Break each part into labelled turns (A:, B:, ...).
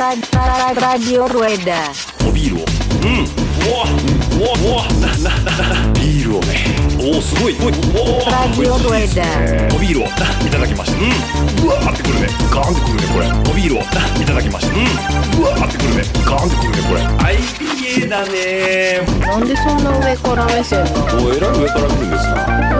A: Radio Rueda.
B: おビールをうんうわうわうわななななビールをねおおすごいおいおお
A: Radio Rueda.
B: おビールをないただきましたうんうわーってくるねガーンってくるねこれおビールをないただきましたうんうわーってくるねガーンってくるねこれ IPA だね
C: なんでそんな上から目線なの
B: おえらい上から来るんですな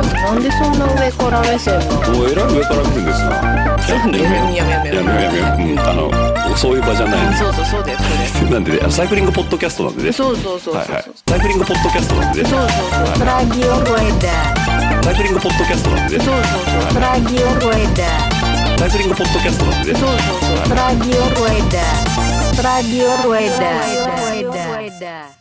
C: なんでそんな上から目線なの
B: おえらい上から来るんですなちょっとやめよう
C: やめようや
B: やめ
C: めよう
B: ようやめよううんあのそういう場じゃない
C: そうそうそうだよそ
B: なんでねサイクリングポッドキャストなんでね
C: れそうそうそうそうそう
B: はいはいサイクリングポッドキャストなんでね
C: そうそうそう
A: Radio Rueda.
B: サイクリングポッドキャストなんでね
C: そうそうそう
A: Radio Rueda.
B: サイクリングポッドキャストなんでね
C: そうそうそう
A: Radio Rueda. Radio Rueda. Radio Rueda.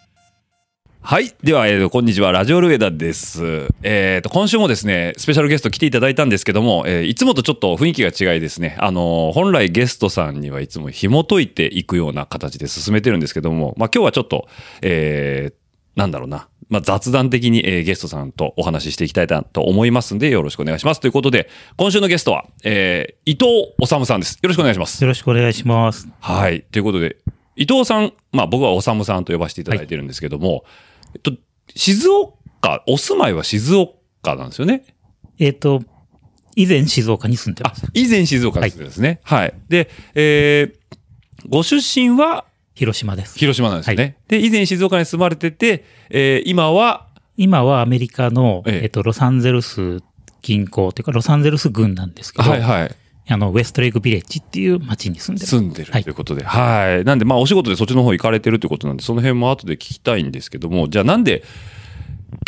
D: はい。では、えーこんにちは。ラジオルエダです。えっ、と、今週もですね、スペシャルゲスト来ていただいたんですけども、えーいつもとちょっと雰囲気が違いですね。あのー本来ゲストさんにはいつも紐解いていくような形で進めてるんですけども、まあ今日はちょっと、えーなんだろうな。まあ雑談的に、えーゲストさんとお話ししていきたいなと思いますんで、よろしくお願いします。ということで、今週のゲストは、えー伊藤治さんです。よろしくお願いします。
E: よろしくお願いします。
D: はい。ということで、伊藤さん、まあ僕はおさむさんと呼ばせていただいてるんですけども、えっと、静岡、お住まいは静岡なんですよね。
E: えっ、と、以前静岡に住んでま
D: あ
E: す。、
D: 以前静岡ですね。はい。で、えーご出身は
E: 広島です。
D: 広島なんですよね。で、以前静岡に住まれてて、えー今は、
E: 今はアメリカの、
D: え
E: え
D: え
E: っ、と、ロサンゼルス近郊というか、ロサンゼルス郡なんですけど、
D: はいはい。
E: あの、ウェストレイクビレッジっていう町に住んでます。
D: 住んでると
E: はい
D: いうことで。はい。なんで、まあ、お仕事でそっちの方行かれてるってことなんで、その辺も後で聞きたいんですけども、じゃあなんで、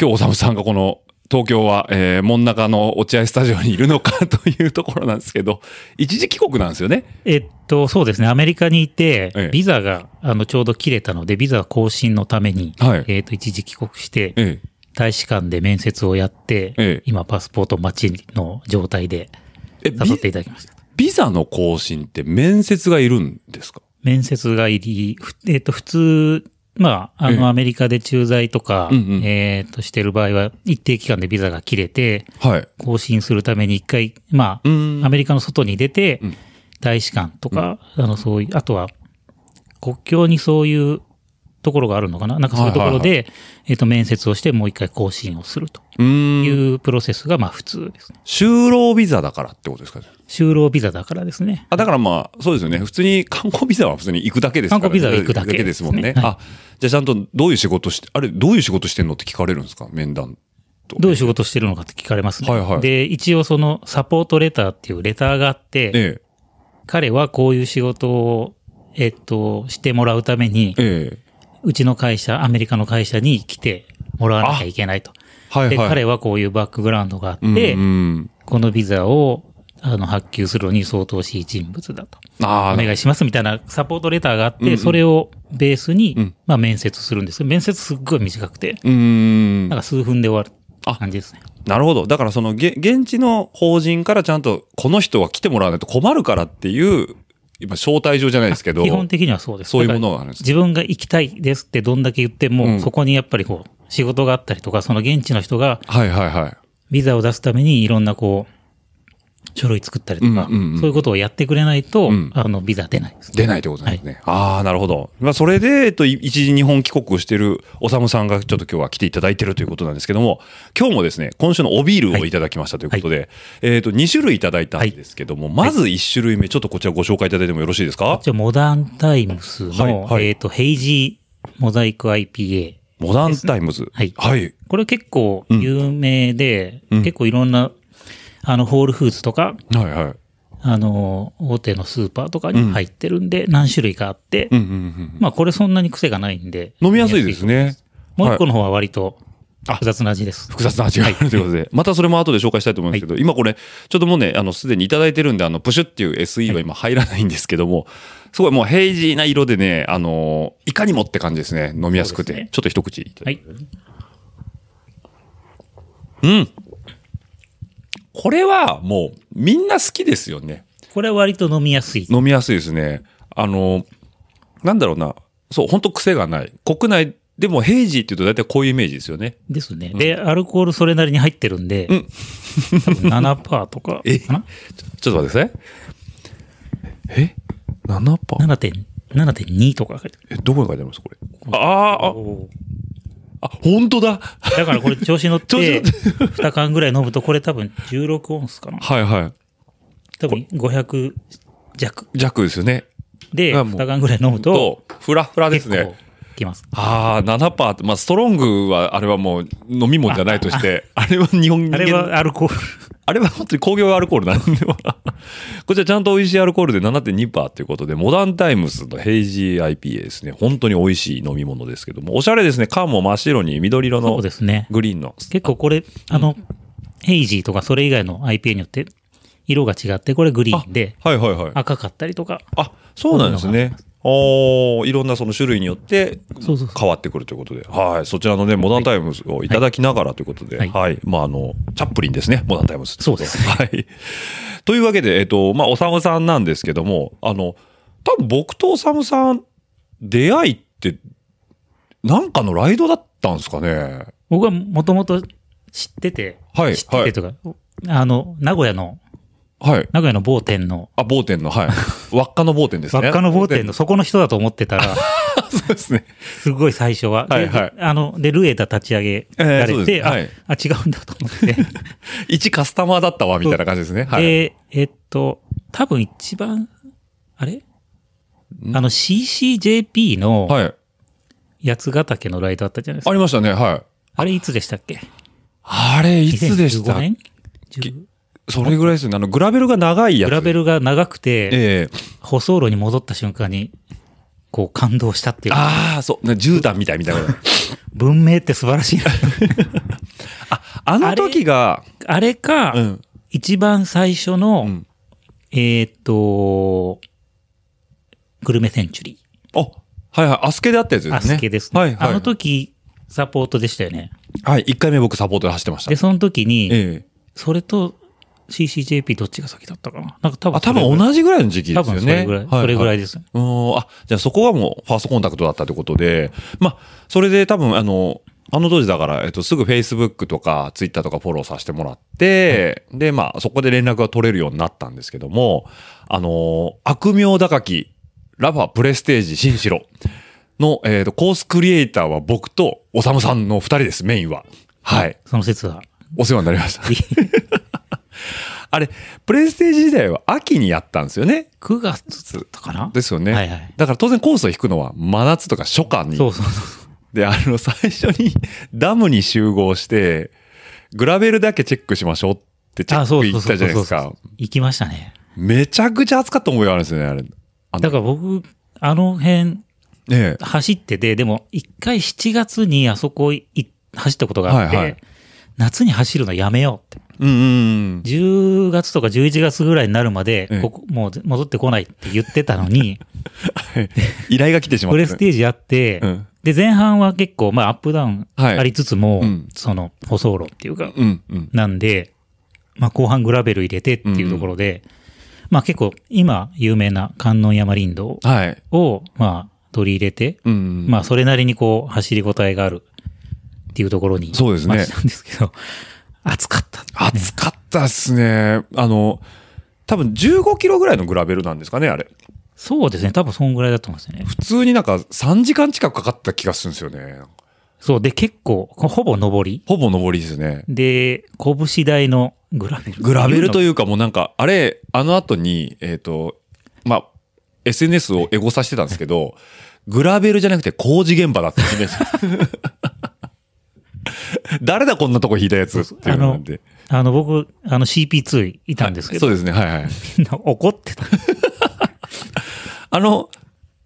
D: 今日、おさむさんがこの、東京は、えー、真ん中の落合スタジオにいるのかというところなんですけど、一時帰国なんですよね。
E: えっ、と、そうですね、アメリカにいて、
D: ええ
E: ビザが、あの、ちょうど切れたので、ビザ更新のために、
D: はい
E: えっ、と、一時帰国して、
D: ええ。
E: 大使館で面接をやって、
D: ええ
E: 今、パスポート待ちの状態で
D: え、
E: 誘って
D: ビ
E: いただきました。
D: ビザの更新って面接がいるんですか
E: 面接が入り、ふえっ、と、普通、まあ、あ
D: ええ
E: の、アメリカで駐在とか、
D: うんうん
E: えっ、と、してる場合は、一定期間でビザが切れて、
D: はい。
E: 更新するために一回、ま
D: う
E: あ、
D: ん
E: アメリカの外に出て、
D: ん
E: 大使館とか、あの、そういう、あとは、国境にそういうところがあるのかななんかそういうところで、
D: は
E: えっ、と、面接をして、もう一回更新をすると
D: うーん。
E: いうプロセスが、まあ、普通ですね。
D: 就労ビザだからってことですかね。
E: 就労ビザだからですね。
D: あ、だからまあ、そうですよね。普通に観光ビザは普通に行くだけですから、ね、
E: 観光ビザは行くだけ
D: ですもんね。
E: はい
D: あ、じゃあちゃんとどういう仕事して、あれ、どういう仕事してんのって聞かれるんですか面談と。
E: どういう仕事してるのかって聞かれますね。
D: はいはい
E: で、一応そのサポートレターっていうレターがあって、
D: え
E: 彼はこういう仕事を、えっと、してもらうために
D: え、、ええ。
E: うちの会社、アメリカの会社に来てもらわなきゃいけないと。
D: はいはい。
E: で、彼はこういうバックグラウンドがあって、
D: うんうん、
E: このビザを、あの、発給するのに相当しい人物だと。
D: あ
E: お願
D: あ、
E: いしますみたいなサポートレターがあって、
D: うんうん
E: それをベースに、
D: うん
E: まあ面接するんですけど、面接すっごい短くて、
D: うーん
E: なん。か数分で終わ
D: あ
E: る感じですね。
D: なるほど。だからその、げ現地の法人からちゃんと、この人は来てもらわないと困るからっていう、今、招待状じゃないですけど。
E: 基本的にはそうです。
D: そういうものがあるんですね
E: 自分が行きたいですってどんだけ言っても、
D: うん
E: そこにやっぱりこう、仕事があったりとか、その現地の人が
D: はいはいはい。
E: ビザを出すためにいろんなこう、書類作ったりとか、
D: うんうんうん
E: そういうことをやってくれないと、
D: うん
E: あの、ビザ出ないです。
D: 出ないってことなんですね。ああ、なるほど。まあ、それで、えっと、い一時日本帰国をしてる、おさむさんがちょっと今日は来ていただいてるということなんですけども、今日もですね、今週のおビールをいただきましたということで、えっと、2種類いただいたんですけども、まず1種類目、ちょっとこちらご紹介いただいてもよろしいですか
E: じゃあ、モダンタイムスの、
D: はいはい
E: えっ、と、ヘイジーモザイク IPA。
D: モダンタイムズ。
E: はい
D: はい。
E: これ結構
D: ん
E: 有名で、
D: うん
E: 結構いろんな、あの、ホールフーズとか、
D: はいはい。
E: あの、大手のスーパーとかに入ってるんで、何種類かあって、
D: うんうんうん
E: まあこれそんなに癖がないんで。
D: うん。飲みやすいです
E: 飲みや
D: ね。
E: すい。もう一個
D: はい
E: の方は割と
D: あ
E: 複雑な味です。
D: 複雑な味があるということ で、またそれも後で紹介したいと思うんですけど、今これ、ちょっともうね、あの、すでにいただいてるんで、あの、プシュっていう SE は今入らないんですけども、すごいもうヘイジーな色でね、あのーいかにもって感じですね。飲みやすくて。
E: そうですね
D: ちょっと一口いただ
E: はい
D: て
E: い。
D: うん。これはもう、みんな好きですよね。
E: これは割と飲みやすい。
D: 飲みやすいですね。あのーなんだろうな。そう、本当癖がない。国内でもヘイジーって言うと大体こういうイメージですよね。
E: ですね。で、アルコールそれなりに入ってるんで、多分7%とか
D: え
E: かな
D: ちょっと待ってください。
B: え ?7 パー
E: 7.2とか書いてある。
B: え、どこに書いてありますこれ。あーあ、あ、本当だ
E: だからこれ調子乗 っ
D: 調子
E: て、2缶ぐらい飲むと、これ多分16オンスかな。
D: はいはい。
E: 多分500弱
D: 弱ですよね。
E: で、
D: あもう
E: 2缶ぐらい飲むと、
D: と、フラフラです
E: 結構
D: ね。
E: きます。
D: ああ、7パーって、まあ、ストロングは、あれはもう飲み物じゃないとして、あれは日本人
E: あれはアルコール。
D: あれは本当に工業アルコールなんでも なこちらちゃんと美味しいアルコールで7.2%ということで、モダンタイムスのヘイジー IPA ですね。本当に美味しい飲み物ですけども、おしゃれですね。缶も真っ白に緑色
E: そう
D: の
E: ですね。
D: グリーンの。
E: 結構これ、あの、ヘイジーとかそれ以外の IPA によって、色が違って、これグリーンで、
D: はいはいはい。
E: 赤かったりとか、
D: あ、そうなんですね。おーいろんなその種類によって
E: そうそうそう
D: 変わってくるということで、はい、そちらのね、モダンタイムズをいただきながらということで、は、
E: はいい
D: まあ、あの、チャップリンですね、モダンタイムズってこと
E: そうです
D: はい。というわけで、えっと、まあ、おさむさんなんですけども、あの、多分僕とおさむさん、出会いって、なんかのライドだったんですかね。
E: 僕はもともと知ってて、
D: はい
E: 知っててとか、あの、名古屋の、
D: はい。
E: 名古屋の某店の、
D: あ、某店の、 はい。輪っかの某店ですね。
E: 輪っかの某店のそこの人だと思ってた
D: 某
E: ら、
D: 店。そうですね。
E: すごい最初は。で
D: はいはい
E: あの、で、ルエダ立ち上げら
D: えーそうで
E: れて、
D: す
E: あ、
D: はい
E: あ、違うんだと思って。
D: 一カスタマーだったわ、みたいな感じですね。 はい。
E: で、えっと、多分一番、あれあの CCJP の
D: はい。
E: 八ヶ岳のライドあったじゃないですか。
D: ありましたね、はい。
E: あれいつでしたっけ
D: あれ、いつでした
E: 2015年
D: それぐらいですよね。あの、グラベルが長いやつ。
E: グラベルが長くて、
D: ええ
E: 舗装路に戻った瞬間に、こう感動したっていう。
D: ああ、そう、ね絨毯みたいみ たいな。
E: 文明って素晴 らしいな。
D: あの時が、
E: あれか、
D: うん。
E: 一番最初の、
D: ん
E: えーっと、グルメセンチュリ
D: あ、はいはい、アスケであったやつ
E: ー。
D: で
E: ア
D: すね。
E: スケですね。
D: はいはい。
E: あの時、サポートでしたよね。
D: はい、1回目僕サポートで走ってました。
E: で、その時に、
D: ええ
E: それと CCJP どっちが先だったかななんか多分
D: あ、多分同じぐらいの時期
E: 多
D: ですよね。
E: 分それぐらい。それぐらいです。
D: うーん、あ、じゃあそこがもうファーストコンタクトだったということで、まあ、それで多分あの、あの当時だから、えっと、すぐ Facebook とか Twitter とかフォローさせてもらって、で、まあ、そこで連絡が取れるようになったんですけども、あの、悪名高き、ラファプレステージ新城の、えっと、コースクリエイターは僕と、おさむさんの二人です、メインは。はい。
E: その説は。
D: お世話になりました。 あれ、プレステージ時代は秋にやったんですよね。
E: 9月だったかな
D: ですよね。
E: はいはい
D: だから当然コースを引くのは真夏とか初夏に。
E: そうそうそう。
D: で、あの、最初に ダムに集合して、グラベルだけチェックしましょうってチェ
E: あ、
D: ッ
E: そう
D: ク行
E: そう
D: っ
E: そ
D: た
E: う
D: じ
E: そ
D: ゃない
E: うそ
D: で
E: う
D: すか。
E: 行きましたね。
D: めちゃくちゃ暑かった思いがあるんですよね、あれ。あの
E: だから僕、あの辺、
D: ねえ
E: 走ってて、でも、一回7月にあそこい走ったことがあって、
D: はいはい
E: 夏に走るのやめようって。
D: うんうん
E: 10月とか11月ぐらいになるまで
D: ええ、
E: ここ、もう戻ってこないって言ってたの に、
D: うん。依頼が来てしまっ
E: プ
D: た。
E: レステージやって、
D: うん
E: で、前半は結構、まあ、アップダウン
D: はい
E: ありつつも、
D: うん
E: その、舗装路っていうか、
D: うんうん。
E: なんで、まあ、後半グラベル入れてっていうところで、まあ、結構、今、有名な観音山林道
D: はい。
E: を、まあ、取り入れて、
D: うんうん。
E: まあ、それなりにこう、走り応えがあるっていうところに、
D: そうですね
E: まあしたんですけど、暑かった。
D: 暑かったっすね。あの、多分15キロぐらいのグラベルなんですかね、あれ。
E: そうですね。多分そんぐらいだと思うんですよね。
D: 普通になんか3時間近くかかった気がするんですよね。
E: そう。で、結構、こほぼ上り。
D: ほぼ上りですね。
E: で、拳台のグラベル。
D: グラベルと
E: う
D: いうかもうなんか、あれ、あの後に、えっ、と、まあ、SNS をエゴさしてたんですけど、グラベルじゃなくて工事現場だったんですね。 誰だこんなとこ引いたやつっていうのなんで。
E: の。あの、僕、あの CP2 いたんですけど、
D: そうですね、はいはい。
E: みんな 怒ってた。
D: あの、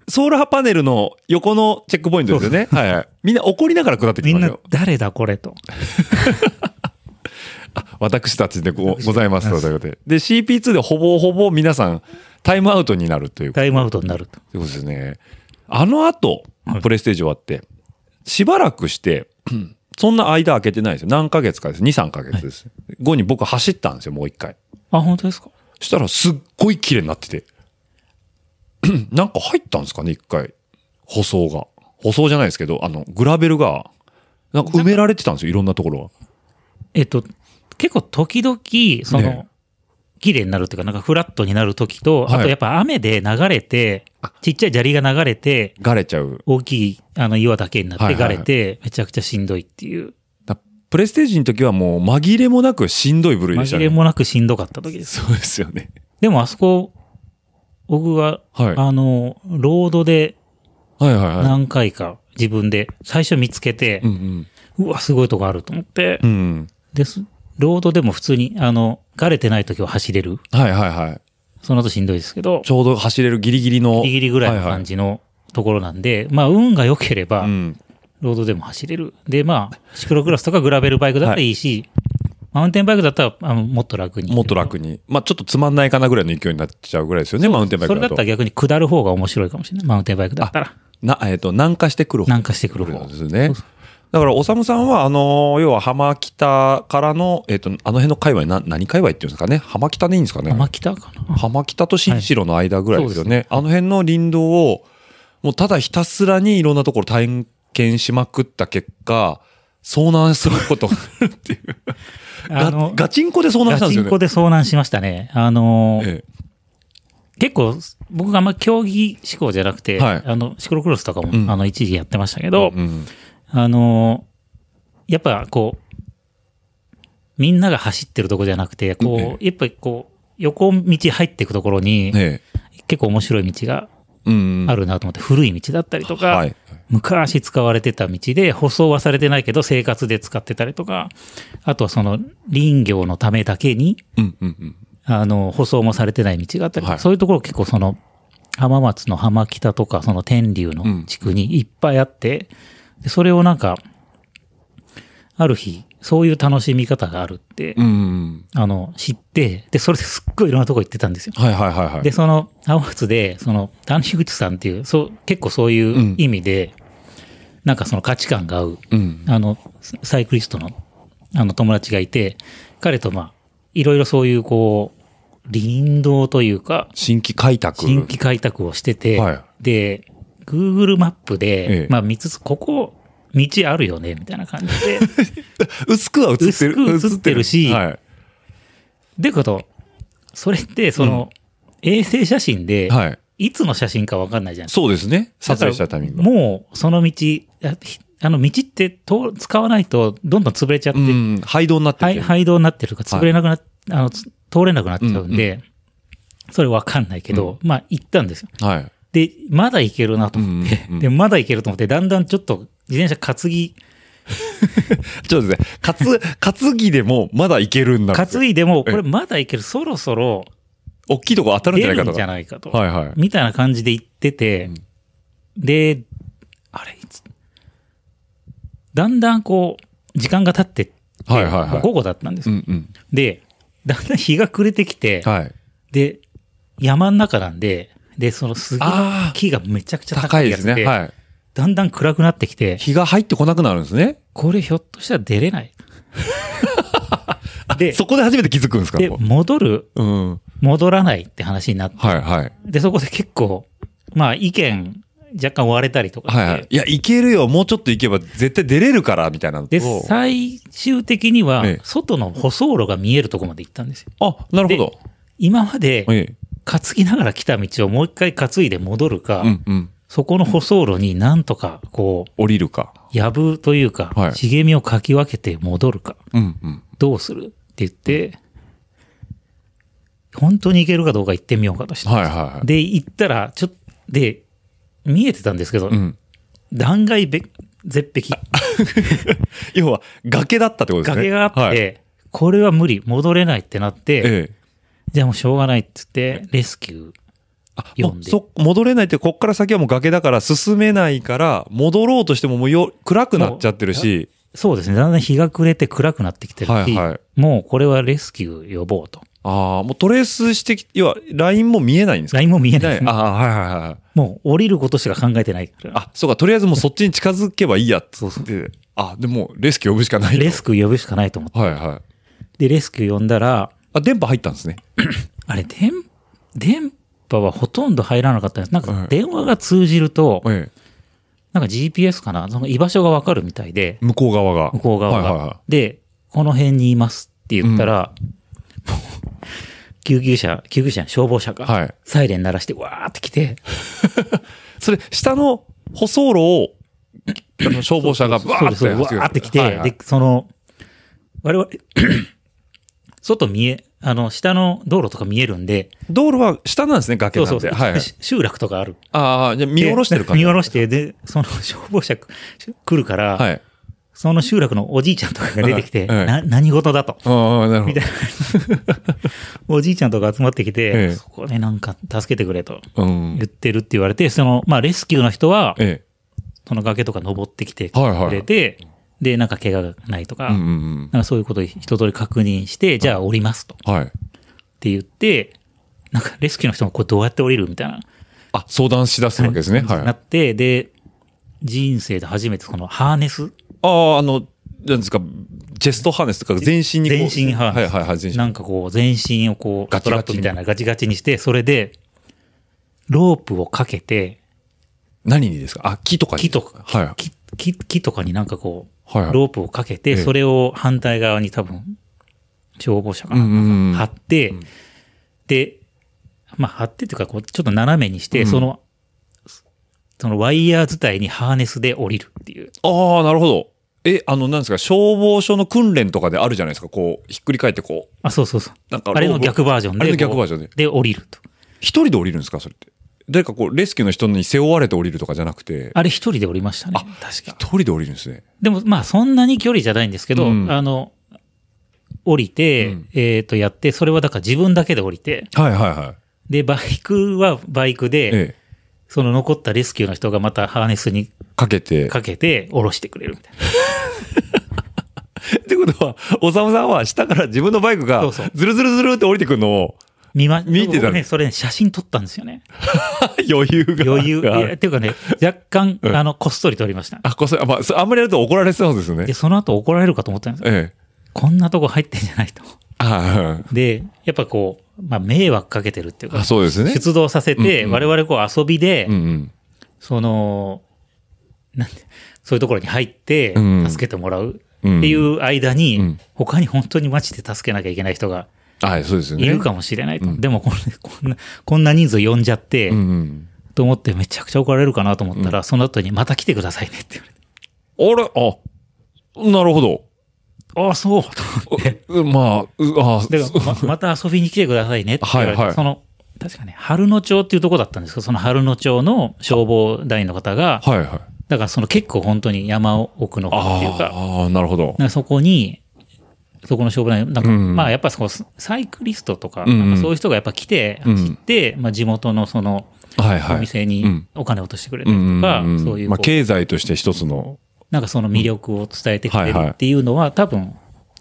D: ソーラーパネルの横のチェックポイントですよね。はいはい。みんな怒りながら下ってき
E: み
D: ま
E: ん
D: した
E: な
D: よ。、
E: 誰だこれと。
D: 私たちでご
E: 私
D: ございますということで。で、CP2 でほぼほぼ皆さん、タイムアウトになるという
E: タイムアウトになると。
D: そうですね。あの後
E: は、い
D: プレイステージ終わって、しばらくして、 そんな間空けてないですよ。何ヶ月かです。2、3ヶ月です。後に僕走ったんですよ、もう一回。
E: あ、本当ですか
D: したらすっごい綺麗になってて。 なんか入ったんですかね、一回。舗装が。舗装じゃないですけど、あの、グラベルが、なんか埋められてたんですよ、いろんなところ
E: えっと、結構時々、その、
D: ね
E: 綺麗になるっていうか、なんかフラットになる時と、
D: はい
E: あとやっぱ雨で流れて、ちっちゃい砂利が流れて、
D: がれちゃう。
E: 大きいあの岩だけになっ
D: はい
E: て
D: はいは
E: が
D: い
E: れて、めちゃくちゃしんどいっていう。
D: だプレステージの時はもう紛れもなくしんどい部類でした
E: 紛
D: ね。
E: れもなくしんどかった時です。
D: そうですよね。
E: でもあそこ、僕が、
D: はい
E: あの、ロードで
D: はいはいはい。
E: 何回か自分で最初見つけて
D: う、ん
E: うわ、すごいとこあると思って
D: うん。う、ん。
E: です。ロードでも普通に、あの、がれてない時は走れる。
D: はいはいはい。
E: その後しんどいですけど、
D: ちょうど走れるギリギリの。
E: ギリギリぐらいの感
D: じ。
E: じのところなんで、まあ、運が良ければ
D: う、ん。
E: ロードでも走れる。で、まあ、シクロクロスとかグラベルバイクだったらいいし、マウンテンバイクだったら、あの、もっと楽に。
D: もっと楽に。まあちょっとつまんないかなぐらいの勢いになっちゃうぐらいですよね、マウンテンバイ
E: そ
D: ク
E: れだ
D: だ
E: った
D: と。
E: ら逆に下る方が面白いかもしれない。マウンテンバイクだったら。
D: な、えっ、と、南下してくる方。
E: 南下してくる
D: なん
E: 方
D: で。すね
E: そうそ。
D: だから、おさむさんは、あのー、要は、浜北からの、えっ、と、あの辺の界隈、な、何界隈っていうんですかね。浜北でいいんですかね。
E: 浜北かな。
D: 浜北と新城の間ぐらいですよね。
E: は
D: あの辺の林道を、もうただひたすらにいろんなところ体験しまくった結果、遭難することがあるっていう。
E: あ
D: ガ
E: の、
D: ガチンコで遭難したんで
E: ガ
D: す
E: チ
D: よ
E: ン
D: ね。
E: コで遭難しましたね。あの
D: え
E: ー、結構、僕があんま競技志向じゃなくて、
D: はい
E: あの、シクロクロスとかも、
D: うん
E: あの、一時期やってましたけど、
D: えうん
E: あのーやっぱこう、みんなが走ってるとこじゃなくて、こう、やっぱりこう、横道入っていくところに、
D: ええ
E: 結構面白い道が
D: うん。
E: あるなと思って、古い道だったりとか、
D: はい。
E: 昔使われてた道で、舗装はされてないけど、生活で使ってたりとか、あとはその林業のためだけに、
D: うんうんうん。
E: あの、舗装もされてない道があったりとか、
D: はい
E: そういうところ結構その、浜松の浜北とか、その天竜の地区にいっぱいあって、でそれをなんか、ある日、そういう楽しみ方があるって、
D: うんうん
E: あの、知って、で、それですっごいいろんなとこ行ってたんですよ。
D: うん。はいはいはいはい。
E: で、その、浜松で、その、丹口口さんっていう、そう、結構そういう意味で、なんかその価値観が合う、
D: うん。
E: あの、ササイクリストの、あの、友達がいて、彼とまあ、いろいろそういう、こう、林道というか、
D: 新規開拓。
E: 新規開拓をしてて、
D: は
E: で、Google マップ
D: え
E: で、
D: え
E: まあ見つつ、ここ、道あるよね、みたいな感じ で、
D: 薄くは映ってる。
E: 薄く映ってるし
D: は
E: で、こと、それって、その、衛星写真で
D: い。、はい。
E: いつの写真かわかんないじゃないですか。
D: そうですね。撮影したタイミングが。
E: もう、その道、あひあの道ってと使わないと、どんどん潰れちゃって、
D: うん。廃道になって
E: はい、
D: る。
E: 廃道になってるか、潰れなくな、あの、つ通れなくなっちゃうんで、それわかんないけど、まあ行ったんですよ。
D: はい。
E: で、まだ行けるなと思っ
D: うん
E: て、
D: うんうん
E: で、まだ行けると思って、だんだんちょっと自転車担ぎ、
D: ちょっとですね、かつ、担ぎでもまだいけるんだ。
E: 担いでも、これまだ行ける、そろそろ
D: 大きいとこ当たるんじ
E: 出
D: ゃないか
E: る
D: と
E: んじゃ
D: か。
E: ないかと。
D: はいはい。
E: みたいな感じで行ってて、で、あれ、いつ、だんだんこう、時間が経ってって、
D: はいはいはい
E: もう午後だったんです
D: う
E: よ、
D: んうん。
E: で、だんだん日が暮れてきて、
D: はい。
E: で、山の中なんで、で、その杉の
D: あー
E: 木がめちゃくちゃ
D: 高
E: 高
D: い
E: い
D: で
E: や
D: す
E: つで、
D: ね。はい。
E: だんだん暗くなってきて、
D: 日が入ってこなくなるんですね。
E: これひょっとしたら出れない。 で、
D: そこで初めて気づくんですか
E: で、
D: こ
E: 戻る、
D: ううん。
E: 戻らないって話になって、
D: はいはい。
E: で、そこで結構、まあ意見若干割れたりとかして、
D: はいはい。いや、いけるよ。もうちょっと行けば絶対出れるから、みたいなの
E: で、
D: を
E: 最終的には
D: ええ、
E: 外の舗装路が見えるところまで行ったんですよ。
D: あ、なるほど。
E: 今まで
D: ええ。
E: 担ぎながら来た道をもう一回担いで戻るか、
D: うんうん。
E: そこの舗装路になんとか、こう、
D: 降りるか。
E: やぶというか、
D: はい
E: 茂みをかき分けて戻るか、
D: うんうん。
E: どうするって言って、本当に行けるかどうか行ってみようかとして。
D: はいはいはい。
E: で、行ったら、ちょっと、で、見えてたんですけど、
D: うん。
E: 断崖べ絶壁、
D: 要は、崖だったってことですね。
E: 崖があって、
D: はいえ
E: これは無理、戻れないってなって、
D: え。
E: じゃあもうしょうがないって言って、レスキュー。
D: あ、
E: 読
D: も
E: ん
D: う
E: で
D: そ、戻れないって、こっから先はもう崖だから進めないから、戻ろうとしてももうよ、暗くなっちゃってるし、
E: そうですね、だんだん日が暮れて暗くなってきてるし、
D: はいはい
E: もうこれはレスキュー呼ぼうと。
D: ああ、もうトレースしてき、要は、ラインも見えないんですか
E: ラインも見えない
D: ね
E: ですね
D: ああ、はいはいはいはい。
E: もう降りることしか考えてないから。
D: あ、そうか、とりあえずもうそっちに近づけばいいやっつって、あ、でも、レスキュー呼ぶしかない。
E: レスキュー呼ぶしかないと思って。
D: はいはい。
E: で、レスキュー呼んだら、
D: あ、電波入ったんですね。
E: あれ、電、電波はほとんど入らなかったんです。なん
D: は
E: か
D: い
E: 電話が通じると、
D: ええ。
E: なんか GPS かなその居場所がわかるみたいで、
D: 向こう側が。
E: 向こう側が。
D: はいはいは
E: で、この辺にいますって言ったら、もう救急車、救急車、消防車が、
D: はい
E: サイレン鳴らして、わーって来て、
D: それ、下の舗装路を、あの消防車がバ
E: そう
D: ー
E: で
D: っ
E: す
D: て
E: そうですわーって来て、
D: はいはい
E: で、その、我々、 外見え、あの、下の道路とか見えるんで、
D: 道路は下なんですね、崖
E: そう
D: な
E: そ
D: んで。
E: う
D: はいはい。
E: し集落とかある。
D: ああ、じゃあ見下ろしてる感じ。
E: で見下ろして、で、その 消防車来るから、
D: はい。
E: その集落のおじいちゃんとかが出てきて、
D: はいはい
E: な何事だと。
D: ああ、なるほ
E: み
D: ど
E: たい。な。おじいちゃんとか集まってきて、
D: ええ
E: そこでなんか助けてくれと
D: うん
E: 言。ってるって言われて、その、まあ、レスキューの人は、
D: え
E: その崖とか登ってきてく
D: はいはい
E: れて、で、なんか怪我がないとか、
D: え。うんうん
E: なんかそういうことを一通り確認して、じゃあ降りますと。っ
D: うん。はい。
E: て言って、なんかレスキューの人もこれどうやって降りるみたいな
D: あ、相談しだすわけですね。はい。
E: な
D: あ
E: って、で、人生で初めてこのハーネス、
D: あ、あの、なんですか、チェストハーネスとか全身にこう
E: 全身ハーネス
D: はいはいはい、全身。
E: な
D: は
E: んかこう全身をこう、
D: ガチ
E: ト
D: ガチに
E: ラップみたいなガチガチにして、それで、ロープをかけて、
D: 何にですかあ、木とかに
E: 木とか、
D: はい。はい
E: 木木木とかになんかこう、
D: はい。
E: ロープをか
D: え
E: け
D: え
E: て、それを反対側に多分、消防車か
D: うん
E: な、
D: うんうん。
E: 貼って、で、まあ貼ってっていうか、こう、ちょっと斜めにして、
D: うん
E: その、そのワイヤー伝いにハーネスで降りるっていう。
D: ああ、なるほど。え、あの、なんですか、消防署の訓練とかであるじゃないですか、こう、ひっくり返ってこう。
E: あ、そうそうそう。
D: なんか
E: あれの逆バージョンで。
D: あれの逆
E: こう
D: バージョンで。
E: で降りると。
D: 一人で降りるんですか、それって。誰かこう、レスキューの人に背負われて降りるとかじゃなくて、
E: あれ一人で降りましたね
D: あ。
E: 確か。
D: 一人で降りるんですね。
E: でもまあそんなに距離じゃないんですけど、
D: うん
E: あの、降りて、
D: うん
E: えっ、とやって、それはだから自分だけで降りて、
D: はいはいはい。
E: で、バイクはバイクで、
D: え
E: その残ったレスキューの人がまたハーネスに
D: え、かけて。
E: かけて降ろしてくれるみたいな。
D: ってことは、おさむさんは下から自分のバイクが
E: そうそう、
D: ずるずるずるって降りてくるのを、
E: 見ま、
D: 見てたの
E: 僕ね、それね、写真撮ったんですよね。
D: 余裕が。
E: 余裕。いや、っていうかね、若干、
D: うん
E: あの、こっそり撮りました。
D: あ、こそ、あまあ、そあんまりやると怒られそうですよね
E: で、。その後怒られるかと思ったんですよ。
D: ええ。
E: こんなとこ入ってんじゃないと。
D: あ
E: で、やっぱこう、まあ、迷惑かけてるっていう
D: あ、
E: か、
D: そうですね。
E: 出動させ
D: う
E: て、
D: んうん
E: 我々こう遊びで、
D: うんうん。
E: その、なんて、そういうところに入って
D: うん、
E: 助けてもらうって
D: うん
E: いう間に、
D: うん
E: 他に本当にマジで助けなきゃいけない人が
D: はい、そうですよね。
E: いるかもしれないと。
D: うん
E: でもこんな、こんな、こんな人数呼んじゃって、
D: うんうん。
E: と思ってめちゃくちゃ怒られるかなと思ったら、その後にまた来てくださいねって言われて。
D: あれあ、なるほど。
E: ああ、そうと思って。
D: うまあ、うああ、
E: だからま、また遊びに来てくださいねって言われて、
D: はいはい
E: その、確かね、春野町っていうとこだったんですけど、その春野町の消防団員の方が、
D: はいはい。
E: だからその結構本当に山奥の方っていうか、
D: ああ、なるほど。
E: なんかそこに、そこの消防団員、なんか、
D: うん
E: まあやっぱそこサイクリストとか、
D: うんうん
E: なんかそういう人がやっぱ来て、
D: うん
E: 走って、まあ地元のその、
D: はいはい。
E: お店
D: う
E: に
D: ん
E: お金を落としてくれた
D: う
E: り
D: ん
E: と
D: うん
E: か、
D: うん
E: そういう
D: まあ、
E: こう、
D: 経済として一つの。
E: なんかその魅力を伝えてくれる
D: はいはい
E: っていうのは、多分、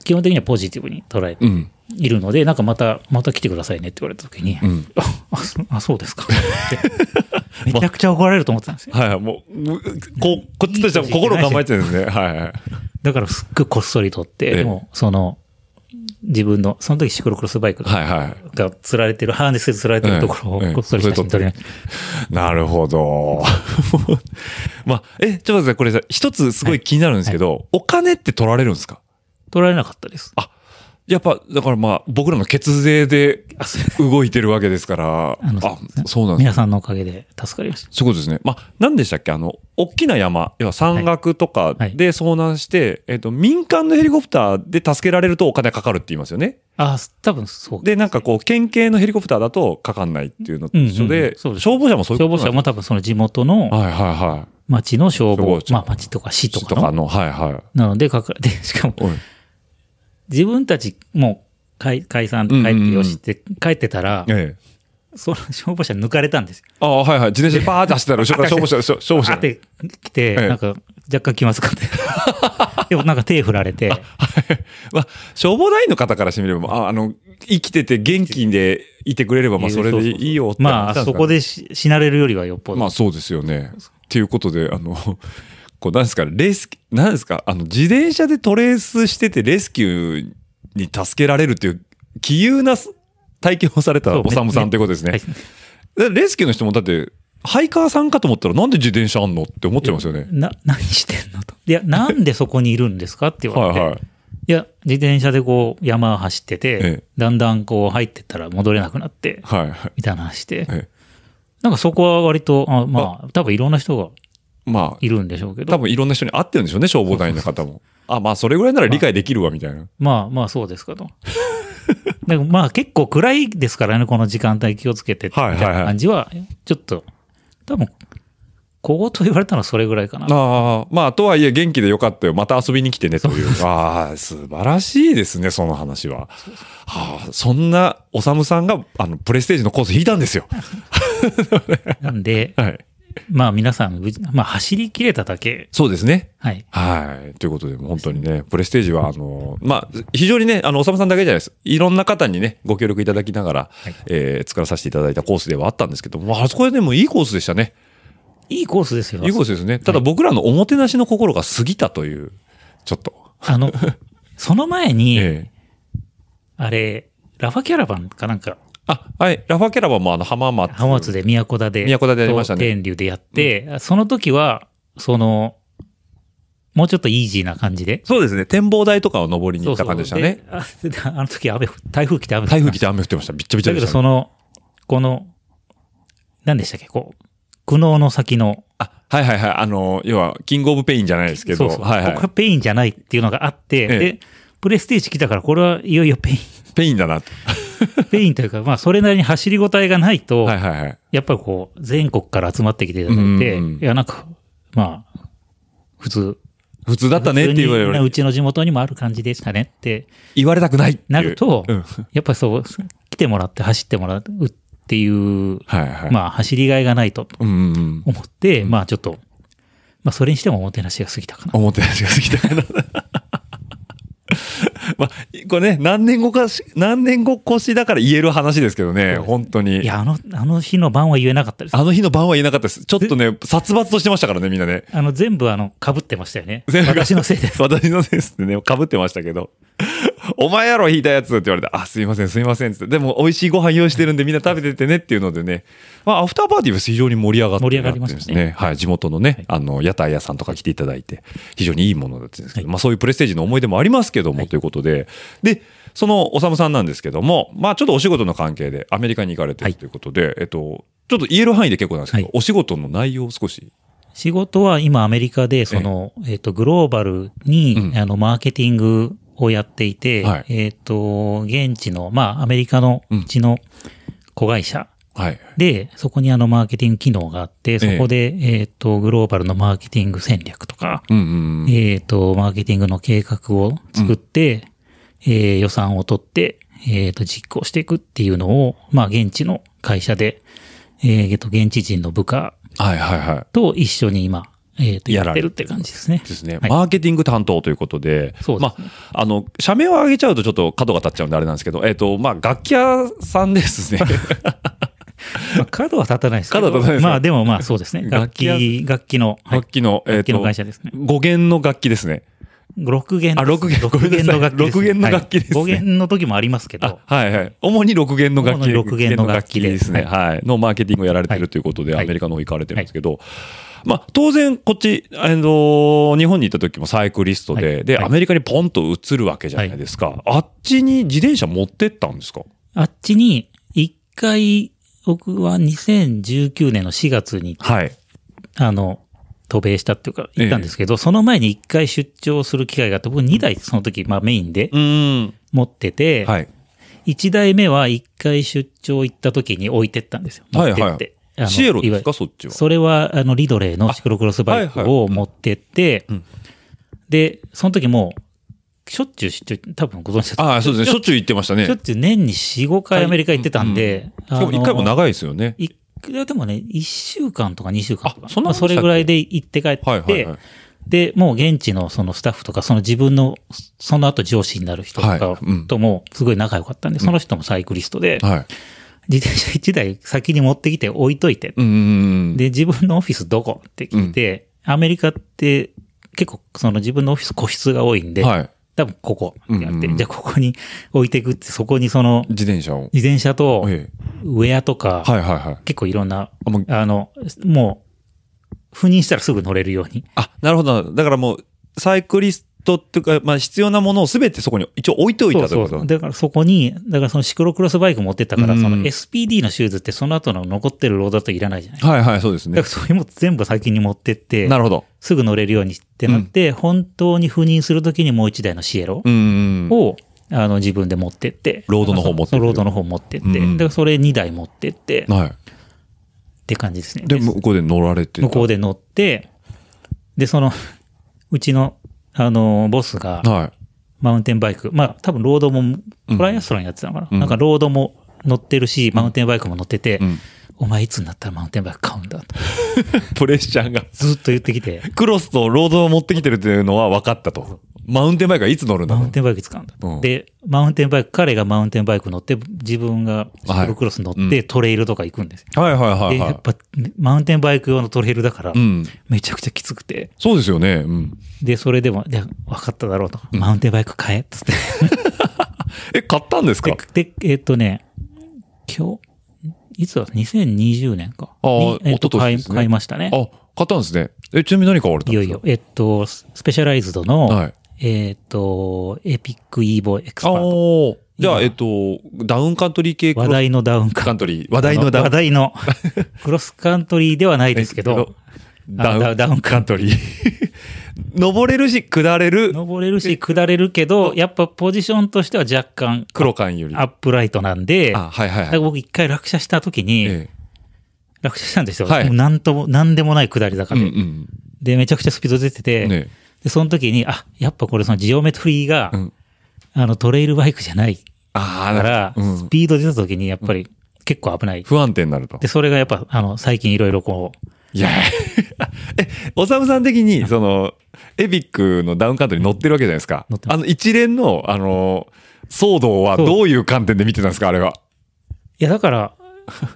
E: 基本的にはポジティブに捉えて
D: うん。
E: いるので、なんかまた、また来てくださいねって言われた時に、
D: うん。
E: あそあ、そうですか。っ てめちゃくちゃ怒られると思ってたんですよ。
D: はいはい。もう、うこ、こっちとしては心構えてるんですね。はいはい。
E: だからすっごいこっそりとって、
D: ええ
E: でも、その、自分の、その時シクロクロスバイク
D: はいは
E: が釣られてる、ハーネスで釣られてるとこ
D: え
E: ろ
D: え
E: をこっそり写真撮りました
D: い。なるほど。 もうまあ、え、ちょっと待ってください。これさ、一つすごい気になるんですけど、お金って取られるんですか
E: 撮られなかったです。
D: やっぱ、だからまあ、僕らの血税で
E: あそう
D: 動いてるわけですから、
E: あの
D: あ、そうなんですね
E: 皆さんのおかげで助かりました。
D: そういうことですね。まあ、何でしたっけあの、大きな山、要は山岳とか
E: はい
D: で遭難して、えっ、と、民間のヘリコプターで助けられるとお金かかるって言いますよね。
E: あ、多分そう。
D: で、なんかこう、県警のヘリコプターだとかかんないっていうのと一緒
E: うんうん
D: で
E: う、んそうです
D: 消防車もそういう
E: 消
D: こ
E: 防
D: とな
E: 車
D: んで
E: も多分その地元の
D: すはいはいは
E: 町の
D: 消
E: 消防
D: 防、車
E: まあ町とか市
D: い。
E: とか
D: とか
E: の。
D: の、はいは
E: なのでか か、で、しかも
D: い。おい
E: 自分たちも解解散で帰ってよしって帰ってたら、
D: ええ。
E: その消防車抜かれたんですよ。
D: ああ、はいはい。自転車でバーって走ったら後ろから消防車、消消防車
E: あっ
D: で。
E: て来て、
D: ええ
E: なんか若干気まずかった。でもなんか手振られて、
D: まあ、消防団員の方からしてみれば、ああの、生きてて元気でいてくれれば、まあ、それでいいよって
E: まあ
D: 話なん
E: そ
D: すかね
E: こでし死なれるよりはよっぽど。
D: まあそうですよね。っていうことで、あの、こう、なんですか、レスキュー、なんですか、あの、自転車でトレースしてて、レスキューに助けられるっていう、奇遇なす体験をされた
E: そう
D: おさむさんということですね。
E: はい
D: でレスキューの人も、だって、ハイカーさんかと思ったら、なんで自転車あ んのって思っちゃいますよね。
E: な、何してんのと。いや、なんでそこにいるんですかって言わ
D: は
E: れて。
D: いはい。
E: いや、自転車でこう山を走ってて、
D: ええ
E: だんだんこう入ってったら戻れなくな って、
D: はいはい。
E: みたいな話して、
D: え
E: なんかそこは割と、あまあ、多分いろんな人が
D: まあ
E: い、るんでしょうけど、
D: 多分いろんな人に会ってるんでしょうね、消防団員の方も。 あ、まあ、それぐらいなら理解できるわ、みたいな。
E: まあまあそうですかと。 でもまあ結構暗いですからね、この時間帯気をつけてって
D: はいはい
E: みたいな感じは、ちょっと、多分、小言と言われたのはそれぐらいかな。
D: ああ、まあ、とはいえ元気でよかったよ。また遊びに来てね、という。ああ、素晴らしいですね、その話は。はあ、そんな、おさむさんが、あの、プレステージのコース引いたんですよ。
E: なんで、
D: はい。
E: まあ皆さん無事、まあ走り切れただけ、
D: そうですね。
E: はい。
D: はい。ということで、もう本当にね、プレステージは、あの、まあ、非常にね、あの、おさむさんだけじゃないです。いろんな方にね、ご協力いただきながら、えー作らさせていただいたコースではあったんですけども、あそこでね、もういいコースでしたね。
E: いいコースですよ。
D: いいコースですね。ただ僕らのおもてなしの心が過ぎたという、ちょっと。
E: あの、その前に、
D: ええ
E: あれ、ラファキャラバンかなんか、
D: あ、はい。ラファキャラバンもあの、浜松。
E: 浜松で都田で、
D: 都田でやりましたね
E: と天竜でやって、その時は、その、もうちょっとイージーな感じで、
D: そうですね。展望台とかを登りに行った感じでしたね。
E: そうそうでああの時雨降、台風来て雨降って
D: 台
E: ま
D: 風
E: した
D: 来て雨降ってました。びっちゃびちゃ
E: だ
D: で
E: け
D: した、
E: ど
D: ね。
E: その、この、何でしたっけ、こう、苦悩の先の、
D: あ、はいはいはい。あの、要は、キングオブペインじゃないですけど。
E: そうそう、
D: はい
E: こ
D: は
E: こペインじゃないっていうのがあって、
D: ええ
E: で、プレステージ来たから、これはいよいよペイン、
D: い。ペインだなと。
E: ペインというか、まあ、それなりに走りごたえがないと、
D: はいはいはい。
E: やっぱりこう、全国から集まってきていただいて、
D: うんうん
E: いや、なんか、まあ、普通。
D: 普通だったねって言わ
E: 普
D: れ
E: 通に
D: る
E: うちの地元にもある感じでしたねって
D: 言われたくないっていう
E: なると、
D: うん
E: やっぱりそう、来てもらって走ってもらうっていう、
D: はいはい。
E: まあ、走りがいがないと
D: うんうんうん。
E: 思って、まあ、ちょっと、まあ、それにしてもおもてなしが過ぎたかな。
D: 思ってたやつが過ぎたかな。 まあ、これね、何年後かし、何年後越しだから言える話ですけどね、本当に。
E: いや、あの、あの日の晩は言えなかったです。あ
D: あの日の晩は言えなかったです。ちょっとね、殺伐としてましたからね、みんなね。
E: の、全部あの、被ってましたよね。
D: 全部被
E: 私のせいで。
D: 私のセンスってね、被ってましたけど。お前やろ、引いたやつって言われて、あ、すいません、すいませんっつって。でも、美味しいご飯用意してるんで、みんな食べててねっていうのでね。まあ、アフターパーティーは非常に盛り上がって
E: 盛り上がりましたね
D: やってるんですはい、地元のね、あの、屋台屋さんとか来ていただいて、非常にいいものだったんですけど、まあ、そういうプレステージの思い出もありますけども、ということで。で、その、おさむさんなんですけども、まあ、ちょっとお仕事の関係でアメリカに行かれて
E: は
D: る
E: い
D: ということで、えっと、ちょっと言える範囲で結構なんですけど、
E: はい
D: お仕事の内容を少し。
E: 仕事は今アメリカで、その、えっ、と、グローバルに、
D: うん
E: あの、マーケティングをやっていて、
D: はい
E: えっ、と、現地の、まあ、アメリカの
D: うん
E: うちの子会社
D: はい。
E: で、そこにあの、マーケティング機能があって、そこで、えっ、と、グローバルのマーケティング戦略とか、
D: うんうんうん。
E: えっ、と、マーケティングの計画を作って、えー予算を取って、えっ、と、実行していくっていうのを、まあ、現地の会社で、えっ、と、現地人の部下
D: はいはいはい。
E: と一緒に今、えっ、と、
D: や
E: や
D: ら
E: っ
D: れて
E: てるって感じですね。
D: ですね、
E: はい
D: マーケティング担当ということで、
E: そうですね
D: まあ、あの、社名を挙げちゃうとちょっと角が立っちゃうんであれなんですけど、えっ、と、まあ、楽器屋さんですね。
E: まあ、角は立たないですけど。
D: 角は立たないですね
E: まあ、でもまあ、そうですね。
D: 楽
E: 楽
D: 器屋
E: 器、楽器の、はい
D: 楽器の、えっ、
E: 楽器
D: と、
E: の会社ですね
D: 5弦の楽器ですね。
E: 6弦。
D: あ六弦
E: 六弦の楽器です。
D: ごめんなさい六弦の楽器ですね
E: 5弦の時もありますけ
D: あ
E: ど、
D: はいはい。主に6弦の楽器
E: 主に六弦の楽器で
D: ですね、はい。のマーケティングをやられてるということで、
E: はい
D: アメリカの方行かれてるんですけど、まあ、当然、こっち、あの、日本に行った時もサイクリストで、
E: はい
D: で、
E: はい
D: アメリカにポンと移るわけじゃないですか。あっちに自転車持ってったんですか
E: あっちに、一回、僕は2019年の4月に、
D: はい。
E: あの、渡米したっていうか、行ったんですけど、その前に一回出張する機会があって、僕2台その時、まあメインで
D: うん。
E: 持ってて、
D: はい。
E: 一台目は一回出張行った時に置いてったんですよ。持ってって。
D: はいはい
E: あの
D: シエロ
E: い
D: で
E: わ
D: す
E: ゆ
D: か
E: る
D: そっちは。
E: それは、あの、リドレーのシクロクロスバイク
D: あはいはい
E: を持ってって、
D: うん
E: で、その時もう、しょっちゅう出張、多分ご存知だと思
D: ああ、そうですね。しょっちゅう行ってましたね。
E: しょっちゅう年に4、5回アメリカ行ってたんで、
D: しかも一回も
E: な
D: 長いですよね。
E: いや、でもね、1週間とか2週間とか、
D: あそんな
E: まあそれぐらいで行って帰って、
D: はいはいはい。
E: で、もう現地のそのスタッフとか、その自分の、その後上司になる人と
D: はい
E: か
D: うん
E: ともすごい仲良かったんで、その人もサイクリストで、
D: はい。
E: 自転車1台先に持ってきて置いといて、
D: うんうんうん。
E: で、自分のオフィスどこって聞いて、アメリカって結構その自分のオフィス個室が多いんで、
D: はい。
E: 多分ここってやって、
D: うんうん
E: じゃあここに置いていくって、そこにその
D: 自転車を。
E: 自転車と
D: ええ
E: ウェアとか、
D: はいはいはい。
E: 結構いろんな、
D: あもう
E: あの、もう、赴任したらすぐ乗れるように。
D: あ、なるほど。だからもう、サイクリストっていうか、まあ、必要なものを全てそこに一応置いておい
E: そ
D: たと
E: うそ
D: いう
E: う
D: こと
E: そう。だからそこに、だからそのシクロクロスバイク持ってったから、
D: うん
E: その SPD のシューズってその後の残ってるロードだといらないじゃない。だ
D: はいはい、そうです
E: か
D: ね
E: ら。それも全部先に持ってって、
D: なるほど。
E: すぐ乗れるようにってなって、本当に赴任するときにもう一台のシエロ
D: うんうんうん。
E: を、あの自分で持ってって。
D: ロードの方持って
E: そ
D: っ
E: う
D: て
E: ロードの方持ってって。
D: うんうん
E: だからそれ2台持ってって、っ
D: は
E: て感じですね。
D: い。で、向こうで乗られてた
E: 向こうで乗って、で、その、 うちの、あの、ボスが、
D: はい。
E: マウンテンバイク、まあ、多分ロードも、トライアスロンやってたのかな、
D: うん
E: なんかロードも乗ってるし、マウンテンバイクも乗ってて、
D: うん
E: お前いつになったらマウンテンバイク買うんだと、
D: プレッシャーが。
E: ずっと言ってきて、
D: クロスとロードを持ってきてるっていうのは分かったと。マウンテンバイクはいつ乗るんだ
E: マウン
D: と。
E: テンバイク使うんだと、
D: うん
E: で、マウンテンバイク、彼がマウンテンバイク乗って、自分がシクロクロス乗っ
D: はいう
E: てトレイルとか行くんですよ。
D: はいはいは
E: で、
D: い
E: や
D: は
E: っぱ、マウンテンバイク用のトレイルだから
D: い。う、ん。
E: めちゃくちゃきつくて、
D: そうですよね。うん。
E: で、それでも、いや、分かっただろうと、マウンテンバイク買えっ つって。
D: え、買ったんですか
E: で、でえっ、とね、今日、いつだ ?2020 年か。
D: あー
E: にえっと
D: 一昨年
E: 買
D: で
E: い
D: すね
E: 買いましたね
D: あ。、買ったんですね。え、ちなみに何買われたん
E: い
D: で
E: よ
D: す
E: い
D: か
E: よ。えっと、ススペシャライズドの、
D: はい
E: えっと、エピックイーボエクスパ
D: ああ
E: ート。
D: ー。じゃあ、
E: 今
D: えっと、ダウンカントリー系クロ
E: 話
D: ス
E: 題のダウン
D: カ
E: カン
D: ント
E: ト
D: リー。
E: リー。
D: 話題のダウン
E: 話題のクロスカントリーではないですけど、
D: ダウ
E: あ
D: ン、
E: ダウンカントリー。
D: 登れるし、下れる
E: 登れるし、下れるけど、やっぱポジションとしては若干
D: 黒缶より。
E: アップライトなんで、
D: あ、はいはい
E: だ
D: は
E: から
D: い。
E: 僕一回落車した時に、
D: え
E: 落車したんですよ。
D: はい
E: もうなんとも、なんでもない下り
D: え
E: 坂
D: うん
E: で。
D: うん。
E: で、めちゃくちゃスピード出てて、
D: ね
E: で、その時に、あ、やっぱこれそのジオメトリーが、
D: うん
E: あのトレイルバイクじゃない
D: ああ、だ
E: か、
D: からう
E: ス
D: ん。
E: ピード出た時にやっぱり結構危ない。
D: 不安定になると
E: で、。それがやっぱ、あの、最近いろいろこう、
D: いや、 え、おさむさん的に、その、エビックのダウンカントリー乗ってるわけじゃないですか
E: 乗っ。てま
D: あの、一連の、あの、騒動は
E: そう
D: どういう観点で見てたんですか、あれは。
E: いや、だから、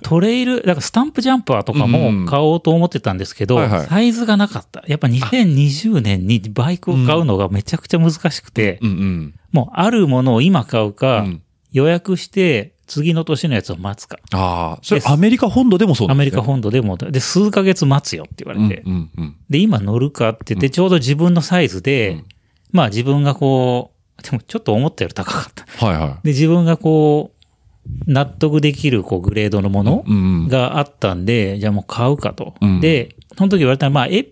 E: トレイル、だからスタンプジャンパーとか
D: うん
E: も買おうと思ってたんですけど、
D: はいはい
E: サイズがなかった。やっぱ2020年にバイクを買うのがめちゃくちゃ難しくて、
D: うんうん。
E: もうあるものを今買う
D: う
E: か、
D: ん
E: 予約して次の年のやつを待つか。
D: ああ、それ
E: です
D: アメリカ本土でもそうな
E: ア
D: ん
E: メ
D: です
E: リ
D: ね
E: カ本土でも、で、数ヶ月待つよって言われて、
D: うんうんうん。
E: で、今乗るかって言って、ちょうど自分のサイズで、
D: うん
E: まあ自分がこう、でもちょっと思ったより高かった。で、
D: はいは
E: 自分がこう、納得できるこうグレードのもの
D: い。うんうん。
E: があったんで、じゃあもう買うかと。
D: うん
E: で、その時言われたら、まあ、エ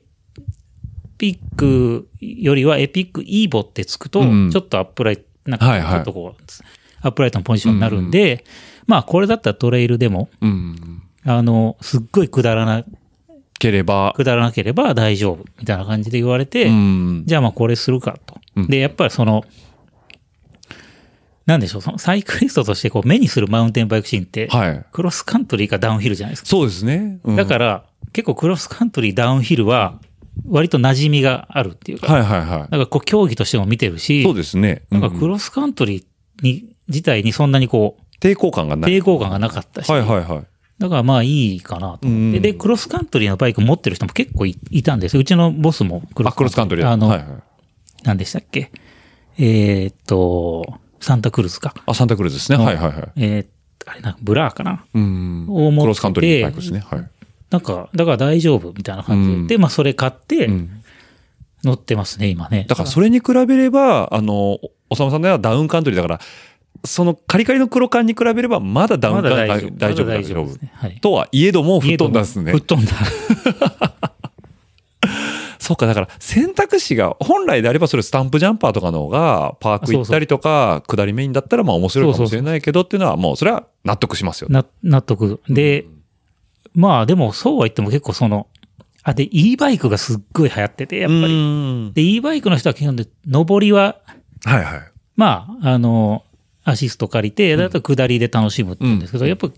E: ピックよりはエピックイーボってつくと、
D: うん
E: ちょっとアップライト、なん
D: はい
E: か
D: はい
E: ちょっとこう、アップライトのポジションになるんで、まあこれだったらトレイルでも、
D: うんうん。
E: あの、すっごいくだらな、
D: ければ、
E: くだらなければ大丈夫、みたいな感じで言われて、
D: うん。
E: じゃあまあこれするかと。
D: うん
E: で、やっぱりその、なんでしょう、そのサイクリストとしてこう目にするマウンテンバイクシーンって、
D: はい。
E: クロスカントリーかダウンヒルじゃないですか。
D: そうですね。、
E: だからら、結構クロスカントリー、ダウンヒルは、割と馴染みがあるっていうか、
D: はいはいは
E: なんかこう競技としても見てる
D: い。
E: し、
D: そうですね。
E: なんかクロスカントリーに、自体にそんなにこう、
D: 抵抗感がない。
E: 抵抗感がなかったし、
D: はいはいはい。
E: だからまあいいかなと思って、
D: うん
E: で、クロスカントリーのバイク持ってる人も結構いいたんですよ。うちのボスもク
D: あ、クロスカントリーだ
E: あの、
D: はいはい。
E: 何でしたっけえーっと、サンタクルーズか。
D: あ、サンタクルーズですね。はいはいはい。
E: えーあれな、ブラーかな。
D: うん
E: を持ってて
D: クロスカントリーバイクですね。はい。
E: なんか、だから大丈夫みたいな感じで、
D: うん
E: でまあそれ買って
D: うん
E: 乗ってますね、今ね。
D: だからそれに比べれば、あの、おおさむさんのはダウンカントリーだから、そのカリカリの黒缶に比べれば、まだダウン
E: ま
D: カン
E: だ
D: トリ
E: 大
D: ー
E: 丈夫。
D: 大丈夫
E: まだ
D: 大
E: 大丈
D: 丈
E: 夫です
D: 夫。
E: ね。はい。
D: とはいえども、吹っ飛んだんですね
E: 吹っ。飛んだ。
D: そうか、だから選択肢が、本来であればそれスタンプジャンパーとかの方が、パーク行ったりとか、下りメインだったらまあ面白いかもしれないけどっていうのは、もうそれは納得しますよね。
E: な、納得。で、まあでもそうは言っても結構その、あ、で、e バイクがすっごい流行ってて、やっぱり。
D: り。
E: で、e バイクの人は基本で、上りは、
D: はいはい。
E: まあ、あの、アシスト借りて、だと下りで楽しむって言うんですけど、
D: うん
E: やっぱ、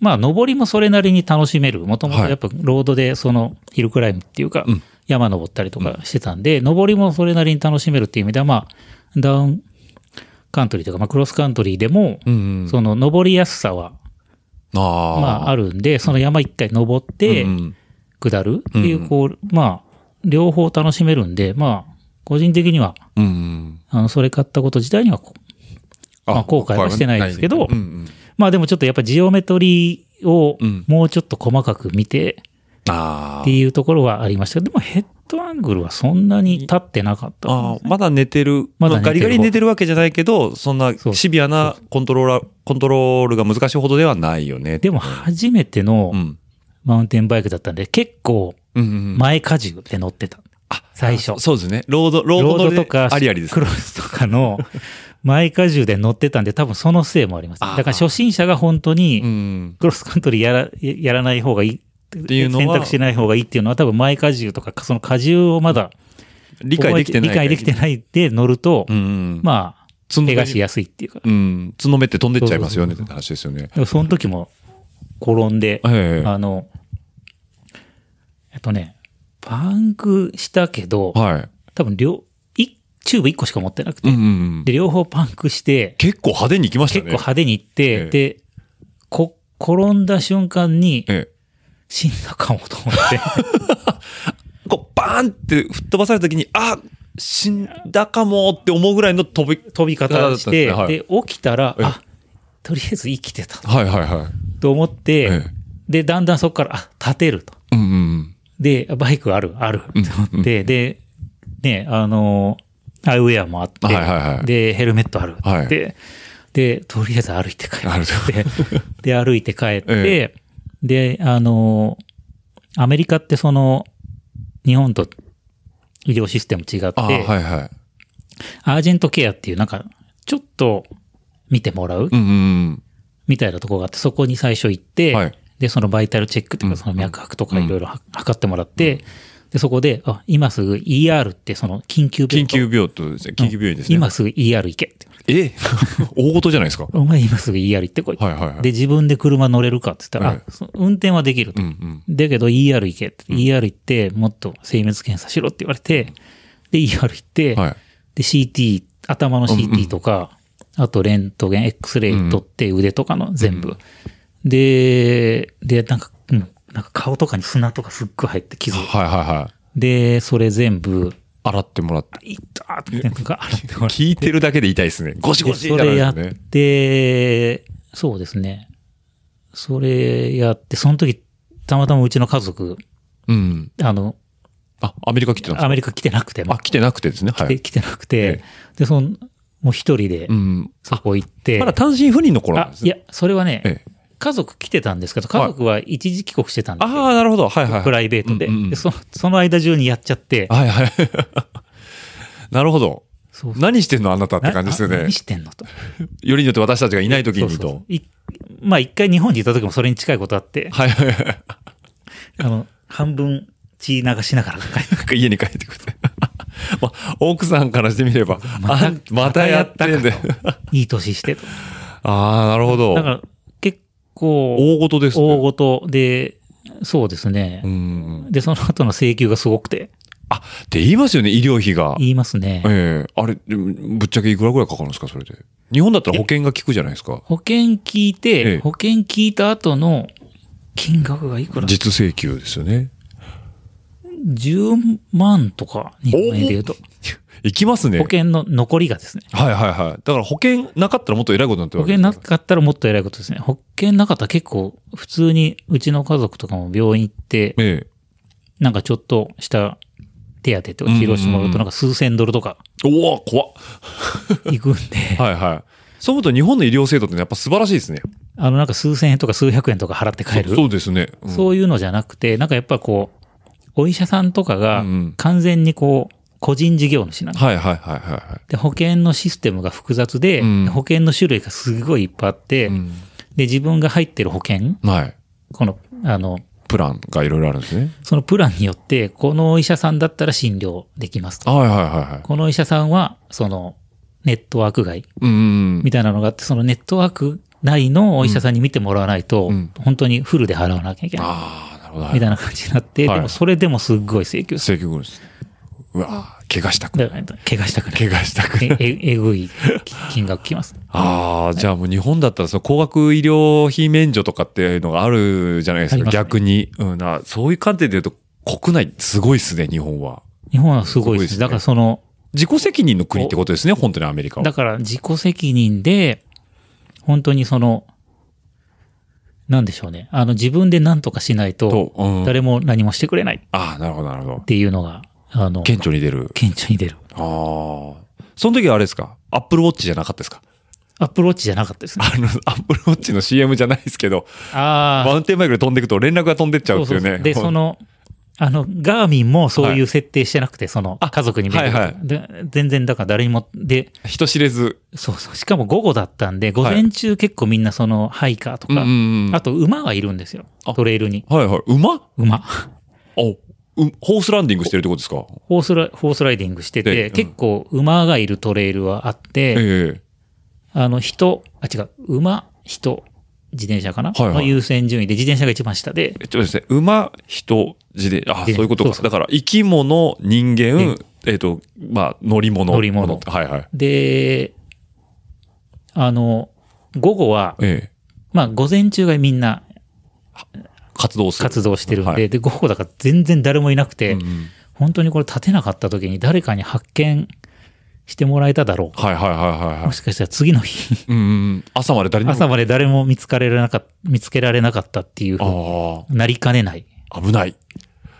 E: まあ、上りもそれなりに楽しめる。もともとやっぱ、ロードで、その、ヒルクライムっていうか、
D: うん
E: 山登ったりとかしてたんで、上りもそれなりに楽しめるっていう意味では、まあ、ダウンカントリーとか、まあ、クロスカントリーでも、
D: うんうん。
E: その、登りやすさは、
D: ああ。
E: まあ、あるんで、その山一回登って
D: うんう、ん
E: 下るってい
D: うんう
E: う、
D: ん
E: こう、まあ、両方楽しめるんで、まあ、個人的には、
D: うんうん。
E: あの、それ買ったこと自体には、まあ後悔はしてないですけど
D: うんうん
E: まあでもちょっとやっぱジオメトリーを
D: うん
E: もうちょっと細かく見て、
D: あ
E: って
D: ー
E: いうところはありましたけど、でもヘッドアングルはそんなに立ってなかった
D: あー
E: ですね、
D: まだ寝てる。
E: まだ寝てる
D: ガリガリ寝てるわけじゃないけど、そんな
E: そう
D: シビアなコントローラー、コントロールが難しいほどではないよね。
E: でも初めての
D: うん。
E: マウンテンバイクだったんで、結構
D: うんうん。
E: 前荷重で乗ってた。
D: あ
E: 最初。
D: そうですね。ロード、ロー
E: ロ
D: ド
E: ー
D: 乗り
E: ドとか、
D: ありありです
E: ク。ロスとかの前荷重で乗ってたんで、多分そのせいもあります。
D: あー
E: だから初心者が本当
D: う
E: に
D: ん。
E: クロスカントリーやらやらない方がいい。
D: ていうのは
E: 選択しない方がいいっていうのは多分前荷重とか、その荷重をまだ
D: 理解できてない。
E: 理解できてないで乗ると、
D: うんうん。あ、
E: まあ、
D: つんど
E: 怪
D: め
E: 我しやすいっていうか。
D: うん。つんのめって飛んでっちゃいますよねって話ですよね。
E: でもその時も転んで、
D: ええ
E: あの、えっとね、パンクしたけど、
D: はい。
E: 多分両、いチューブ1個しか持ってなくて、
D: うんうんうん。
E: で、両方パンクして、
D: 結構派手に行きました
E: 結
D: ね。
E: 構派手にいって、
D: ええ
E: で、こ、転んだ瞬間に、
D: え
E: 死んだかもと思って、
D: え。こう、バーンって吹っ飛ばされた時に、あ死んだかもって思うぐらいの飛び、
E: 飛び方し
D: ええ
E: て、
D: はい
E: で、起きたら、
D: ええ
E: あ、とりあえず生きてた
D: はいはいはい。
E: と思って、
D: ええ
E: で、だんだんそこから、あ、立てると。
D: うんうんうん。
E: で、バイクある、ある、って思って、で、ね、あの、アイウェアもあって、
D: はいはいはい
E: で、ヘルメットある、
D: はい
E: で、で、とりあえず歩いて帰
D: 歩
E: って、で、歩いて帰っ
D: え
E: て、で、あの、アメリカってその、日本と医療システム違って、
D: ああ、はいはい。
E: アージェントケアっていうなんか、ちょっと見てもらう
D: うんうん
E: みたいなとこがあって、そこに最初行って、
D: はい
E: で、そのバイタルチェックとか、その脈拍とかいろいろは測ってもらって、で、そこで、あ、今すぐ ER って、その緊急
D: うん。緊
E: 病棟
D: 急病棟ですね。緊急病院ですね。
E: 今すぐ ER 行けって。
D: え 大事じゃないですか。
E: お前今すぐ ER 行ってこい。
D: はいはいはい
E: で、自分で車乗れるかって言ったら、
D: はい
E: あそ運転はできると。
D: うんうん。
E: だけど ER 行けって。ER 行って、もっと精密検査しろって言われて、で、ER 行って、
D: はい
E: で、CT、頭の CT とか、あとレントゲン、X レイ取って、腕とかの全部。で、で、なんか、うんなんか顔とかに砂とかすっごい入って傷。
D: はいはいはい。
E: で、それ全部、
D: 洗ってもらって。
E: いったーって、なんか、あれってもらって
D: 聞いてるだけで痛いですね。ゴシゴ
E: で
D: シ
E: それやっ
D: なるんですね
E: て、そうですね。それやって、その時、たまたまうちの家族、
D: うん。
E: あの、
D: あ、アメリカ来てたんです
E: ア
D: か
E: メリカ来てなくて、
D: あ、来てなくてですね。は
E: で
D: い。
E: 来てなく
D: え
E: て、で、その、もう一人で
D: う、ん。
E: そこ行って、
D: まだ単身赴任の頃なん
E: あ
D: です
E: い
D: ね。
E: や、それはね、
D: ええ
E: 家族来てたんですけど、家族は一時帰国してたんですよ
D: ああ、なるほど。はいはい。
E: プライベートで,、
D: うんうんうん
E: でそ。その間中にやっちゃって、
D: はいはい。 なるほど。
E: そうそう
D: 何してんのあなたって感じですよ
E: な
D: ね
E: 何。してんのと。
D: よりによって私たちがいない時に
E: そうそうそ
D: と。
E: ういまあ一回日本にいた時もそれに近いことあって、
D: はいはいは
E: あの、半分血流しながら帰って
D: い。家に帰ってくれて。 まあ、奥さんからしてみれば、あんまたやってんだよ。
E: いい年してと。
D: ああ、なるほど。
E: だから結構
D: 大事ですね。
E: 大事で、そうですね
D: う。ん。
E: で、その後の請求がすごくて、
D: あ、って言いますよね、医療費が。
E: 言いますね。
D: ええあれ、でもぶっちゃけいくらぐらいかかるんですか、それで。日本だったら保険が効くじゃないですか。
E: 保険聞い
D: ええ
E: て、保険聞いた後の金額がいくら
D: 実請求ですよね。
E: 10万とか、日本円で言うと。
D: いきますね。
E: 保険の残りがですね。
D: はいはいはい。だから保険なかったらもっと偉いことになってる
E: 保
D: わけです
E: 険
D: よ
E: なかったらもっと偉いことですね。保険なかったら結構、普通にうちの家族とかも病院行って、
D: え
E: なんかちょっとした手当とか治療してもらうと、なんか数千ドルとか
D: え。おお怖っ。
E: 行くんで、
D: はいはい。そう思うと日本の医療制度ってやっぱ素晴らしいですね。
E: あのなんか数千円とか数百円とか払って帰る。
D: そそうですね。うん
E: そういうのじゃなくて、なんかやっぱこう、お医者さんとかが
D: うんうん
E: 完全にこう、個人事業主なんで
D: はいはいはいはいは
E: で、保険のシステムが複雑で、
D: うん
E: 保険の種類がすごいいっぱいあって、
D: い。うん。
E: で、自分が入ってる保険、
D: はい。
E: この、あの、
D: プランがいろいろあるんですね。
E: そのプランによって、このお医者さんだったら診療できますと。
D: はいはいはいはい。
E: このお医者さんは、その、ネットワーク外
D: うんうんうん。
E: みたいなのがあって、そのネットワーク内のお医者さんに見てもらわないと、
D: うん
E: 本当にフルで払わなきゃいけない。
D: ああ、なるほど。
E: みたいな感じになって、
D: はい
E: でもそれでもすっごい請求す
D: 請求来るんですね。うわー怪我したくない。
E: る。だから怪我したくない。
D: 怪我したくない。
E: えええぐい金額きます。
D: ああ、じゃあもう日本だったらその高額医療費免除とかっていうのがあるじゃないですか、
E: ありますね
D: 逆に、うんな。そういう観点で言うと国内すごいっすね、日本は。
E: 日本はすごい
D: すごい
E: です
D: ですね
E: ね。だからその、
D: 自己責任の国ってことですね、本当にアメリカは
E: だ。から自己責任で、本当にその、なんでしょうね。あの、自分で何とかしないと
D: と、、うん、
E: 誰も何もしてくれないっ
D: ああ、なるほど、なるほど。
E: ていうのが、あの、
D: 顕著に出る。
E: 顕著に出る。
D: ああ。その時はあれですかアップルウォッチじゃなかったですか
E: アップローチじゃなかったですね。
D: あの、アップルウォッチの CM じゃないですけど、
E: あ
D: マウンテンバイクで飛んでいくと連絡が飛んでっちゃうっていう
E: そうそう
D: ね。
E: そうで、そ
D: の、
E: の、あの、ガーミンもそういう設定してなくて、その、
D: あ
E: 家族にメール、
D: はいは
E: で全然、だから誰にも、で、
D: 人知れず。
E: そうそう、しかも午後だったんで、午前中結構みんなその、ハイカーとか、
D: ん
E: あと馬がいるんですよ
D: あ。
E: トレイルに。
D: はいはい。馬
E: 馬。
D: お、うホースランディングしてるってことですか
E: ホースラ、ホースライディングして
D: でう
E: て、
D: ん
E: 結構馬がいるトレイルはあって、
D: え
E: あの、人、あ、違う、馬、人、自転車かな、
D: はいはい
E: の優先順位で、自転車が一番下で、
D: えちょっとですね、馬、人、自で、あ、そう
E: で
D: いうことか。
E: そうそう
D: だから、生き物、人間
E: で、
D: えっ、と、まあ、乗り物。
E: 乗り物
D: はいはい。
E: で、あの、午後は、
D: ええ
E: まあ、午前中がみんな
D: 活動する。
E: 活動してるんで、
D: はい
E: で、午後だから全然誰もいなくて、
D: うんうん
E: 本当にこれ立てなかった時に誰かに発見してもらえただろうか。
D: はいはいはいはいは
E: も
D: い。
E: しかしたら次の日、
D: うんうん。朝まで誰にも。
E: 朝
D: あ
E: まで誰も見つかれなかった、見つけられなかったっていうふうに
D: あ
E: なりかねない、
D: ー、危ない。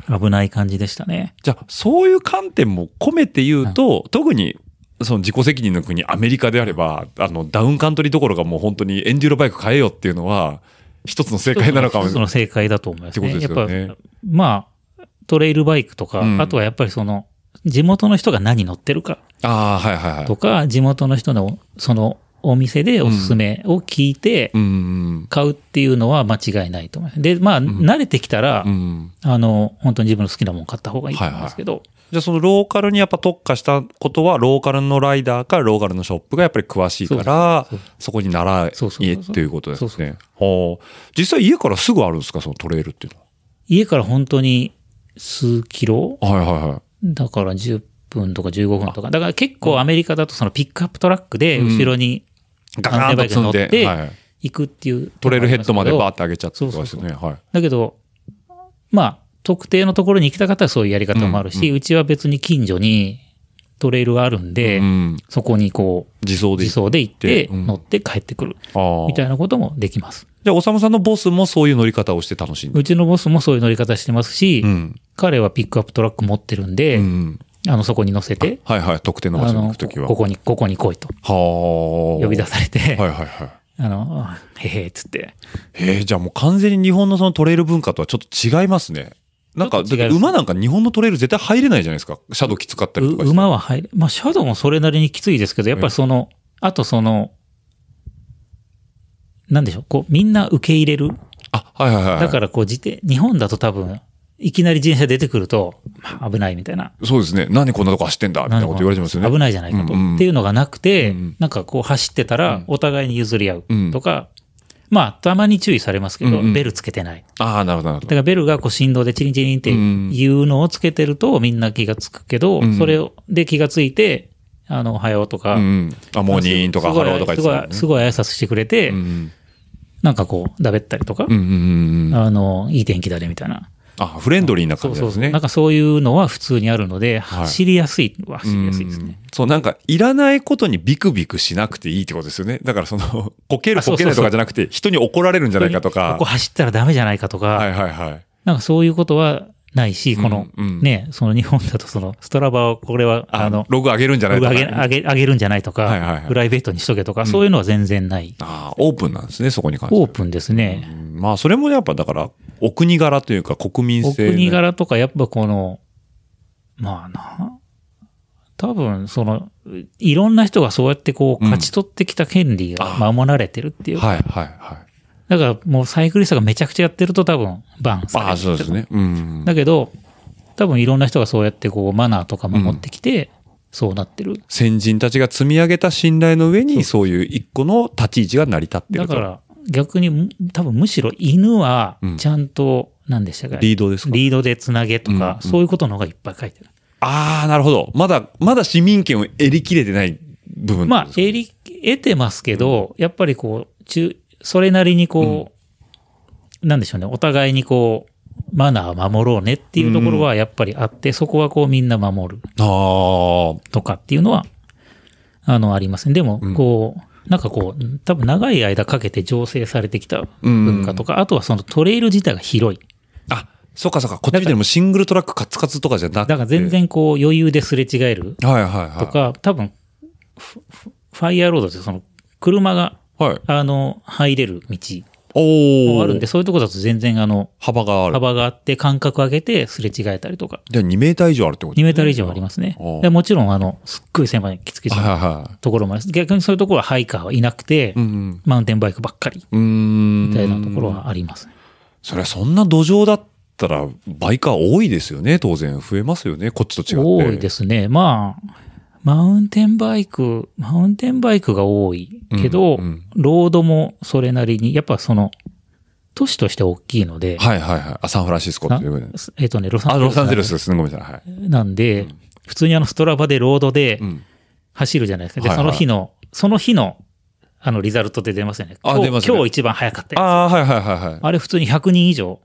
E: 危ない感じでしたね。
D: じゃあ、そういう観点も込めて言うと、特に、その自己責任の国、アメリカであれば、あの、ダウンカントリーどころがもう本当にエンデューロバイク買えよっていうのは、一つの正解なのかも
E: 一つの正解だと思いますね。
D: ってことですよね
E: やっぱ、まあ、トレイルバイクとか、
D: うん
E: あとはやっぱりその、地元の人が何乗ってるか
D: ああ、はいはいはい。
E: とか、地元の人のそのお店でおすすめを聞いて
D: うんうん
E: 買うっていうのは間違いないと思います。で、まあ、慣れてきたら、
D: うん。うん。
E: あの、本当に自分の好きなもん買った方がいいと思うんですけど、
D: じゃあそのローカルにやっぱ特化したことはローカルのライダーかローカルのショップがやっぱり詳しいから
E: そうそう
D: そこに習
E: そうそうそう
D: えっていうことですね。
E: そうそう
D: はあ実際家からすぐあるんですかそのトレイルっていう
E: 家から本当に数キロ
D: のは。はいはいはい。
E: だから10分とか15分とか。だから結構アメリカだとそのピックアップトラックで後ろに
D: ガガーンと積んで
E: マウンテンバイク
D: は
E: に乗って
D: い
E: 行くっていう。
D: トレイルヘッドまでバーって上げちゃって
E: そう
D: とか
E: そ
D: です
E: うそう
D: よね。はい。
E: だけど、まあ、特定のところに行きたかったらそういうやり方もあるし、
D: う
E: うちは別に近所にトレイルがあるんで、
D: うん、
E: そこにこう、
D: 自走で。
E: 自走で行って、
D: うん
E: 乗って帰ってくる、
D: ああ
E: みたいなこともできます。
D: じゃあ、おさむさんのボスもそういう乗り方をして楽しんで。
E: うちのボスもそういう乗り方してますし、
D: ん。
E: 彼はピックアップトラック持ってるんで、
D: うん。
E: あの、そこに乗せて、
D: はいはい。特定の場
E: あ
D: 所に行
E: の
D: くときは。
E: ここに、ここに来いと
D: はあ。
E: 呼び出されて、
D: はいはいはい。
E: あの、あへへ、つって。
D: えー、じゃあもう完全に日本のそのトレイル文化とはちょっと違いますね。なんか、
E: ちょっと違います
D: だって馬なんか日本のトレイル絶対入れないじゃないですか。シャドウきつかったりとか
E: う
D: して。
E: 馬は入る。まあ、シャドウもそれなりにきついですけど、やっぱりその、あとその、なんでしょう、こう、みんな受け入れる。
D: あ、はいはいはい。
E: だからこう、自転、日本だと多分、いきなり自転車出てくると、まあ、危ないみたいな。
D: そうですね。何こんなとこ走ってんだみたいなこと言われてますよね。
E: 危ないじゃないかと。
D: うんうん
E: っていうのがなくて、
D: うんうん
E: なんかこう走ってたら、お互いに譲り合う
D: うん
E: とか、まあ、たまに注意されますけど、
D: うんうん
E: ベルつけてない。
D: ああ、なるほどなる
E: だ
D: ほ
E: からベルがこう振動でチリンチリンっていうのをつけてるとみんな気がつくけど、
D: うん
E: それをで気がついて、あの、おはようとか、
D: ど。うんうん。あ、モーニーンとか
E: すご
D: ハ
E: い
D: ローとか言ってたもんね
E: すごい、すごい挨拶してくれて、
D: うん
E: なんかこう、だべったりとか、
D: うん。うんうんうん。
E: あの、いい天気だねみたいな。
D: あ、フレンドリーな
E: そ
D: 感
E: う
D: じ
E: そ
D: で
E: う
D: す
E: そう。
D: ね
E: なん。かそういうのは普通にあるので、
D: はい
E: 走りやすいは走りやすいですね。
D: そう、なんか、いらないことにビクビクしなくていいってことですよね。だから、その、 こける
E: あそ
D: こ
E: う
D: け
E: そう
D: な
E: そう
D: いとかじゃなくて、人に怒られるんじゃないかと
E: ここ
D: か。
E: 走ったらダメじゃないかとか、
D: はいはいはい。
E: なんかそういうことはないし、この、
D: うんうん
E: ね、その日本だとその、ストラバはこれは、
D: あ
E: あの
D: の、、ログ上げるんじゃない
E: 上
D: とか。
E: げ、上げ、上げるんじゃないとか、
D: はいはいはい
E: プライベートにしとけとか、そういうのは全然ない。
D: ああ、オープンなんですね、そこに関して
E: オー
D: は。
E: プンですね。
D: うんまあ、それもやっぱだから、お国柄というか国民
E: お
D: 性。
E: 国。柄とかやっぱこの、まあな、多分その、いろんな人がそうやってこう、
D: うん
E: 勝ち取ってきた権利が
D: あ
E: 守られてるっていう。
D: はい、はい、はい。
E: だからもうサイクリストがめちゃくちゃやってると多分バンされる
D: ああ、そうですね。うん。
E: だけど、多分いろんな人がそうやってこう、マナーとか守ってきて、そうなってる。
D: 先人たちが積み上げた信頼の上に、そういう一個の立ち位置が成り立って
E: だ
D: ると。
E: から、逆にむ、多分むしろ犬は
D: うん、
E: ちゃんと、何でしたか、
D: リードですか
E: リードでつなげと
D: うん
E: か、そういうことの方がいっぱい書いてる。
D: ああ、なるほど。まだ、まだ市民権を得りきれてない部分
E: まあ、
D: え
E: 得り、得てますけど、やっぱりこう、中、それなりにこう、なんでしょうね、お互いにこう、マナーを守ろうねっていうところはやっぱりあって、そこはこうみんな守る
D: ああ、
E: とかっていうのは、あの、ありますね。でも、こう、なんかこう、多分長い間かけて醸成されてきた文化とか、あとはそのトレイル自体が広い。
D: あ、そうかそうか。こっちでもシングルトラックカツカツとかじゃなくて。
E: だから全。然こう余裕ですれ違える
D: はいはいはい。
E: とか、多分、フフファイヤーロードってその車が、
D: はい。
E: あの、入れる道
D: お
E: も
D: お。
E: あるんで、そういうとこだと全然あの、
D: 幅がある。
E: 幅があって間隔上げてすれ違えたりとか、
D: じゃあ2メーター以上あるってこと
E: 2メートル以上ありますね
D: お。う
E: でもちろんあの、すっごい狭い、きつきつ
D: はい
E: な
D: はいはい。
E: ところもあります。逆にそういうところはハイカーはいなくて、
D: うん
E: マウンテンバイクばっかり
D: うん。うーん。
E: みたいなところはありますね。
D: そりゃそんな土壌だったら、バイカー多いですよね。当然増えますよね。こっちと違って。。
E: 多いですすね。まあ、マウンテンバイク、マウンテンバイクが多いけど、
D: うんうん
E: ロードもそれなりに、やっぱその、都市として大きいので、
D: はいはいはい。あ、サンフランシスコっていう。
E: えっ、とね、ロサ
D: あ、
E: ンゼルス。
D: ロサンゼルスですね。ごめんなさい。はい。
E: なんで、普通にあのストラバでロードで
D: うん。
E: 走るじゃないですか。で、
D: はい
E: そ
D: はい
E: の日の、その日の、あの、リザルトで出ますよね。
D: あ
E: 今日
D: 出ますね
E: 今日一番早かったやつ
D: ああー、はいはいはいはい。
E: あれ普通に100人以上。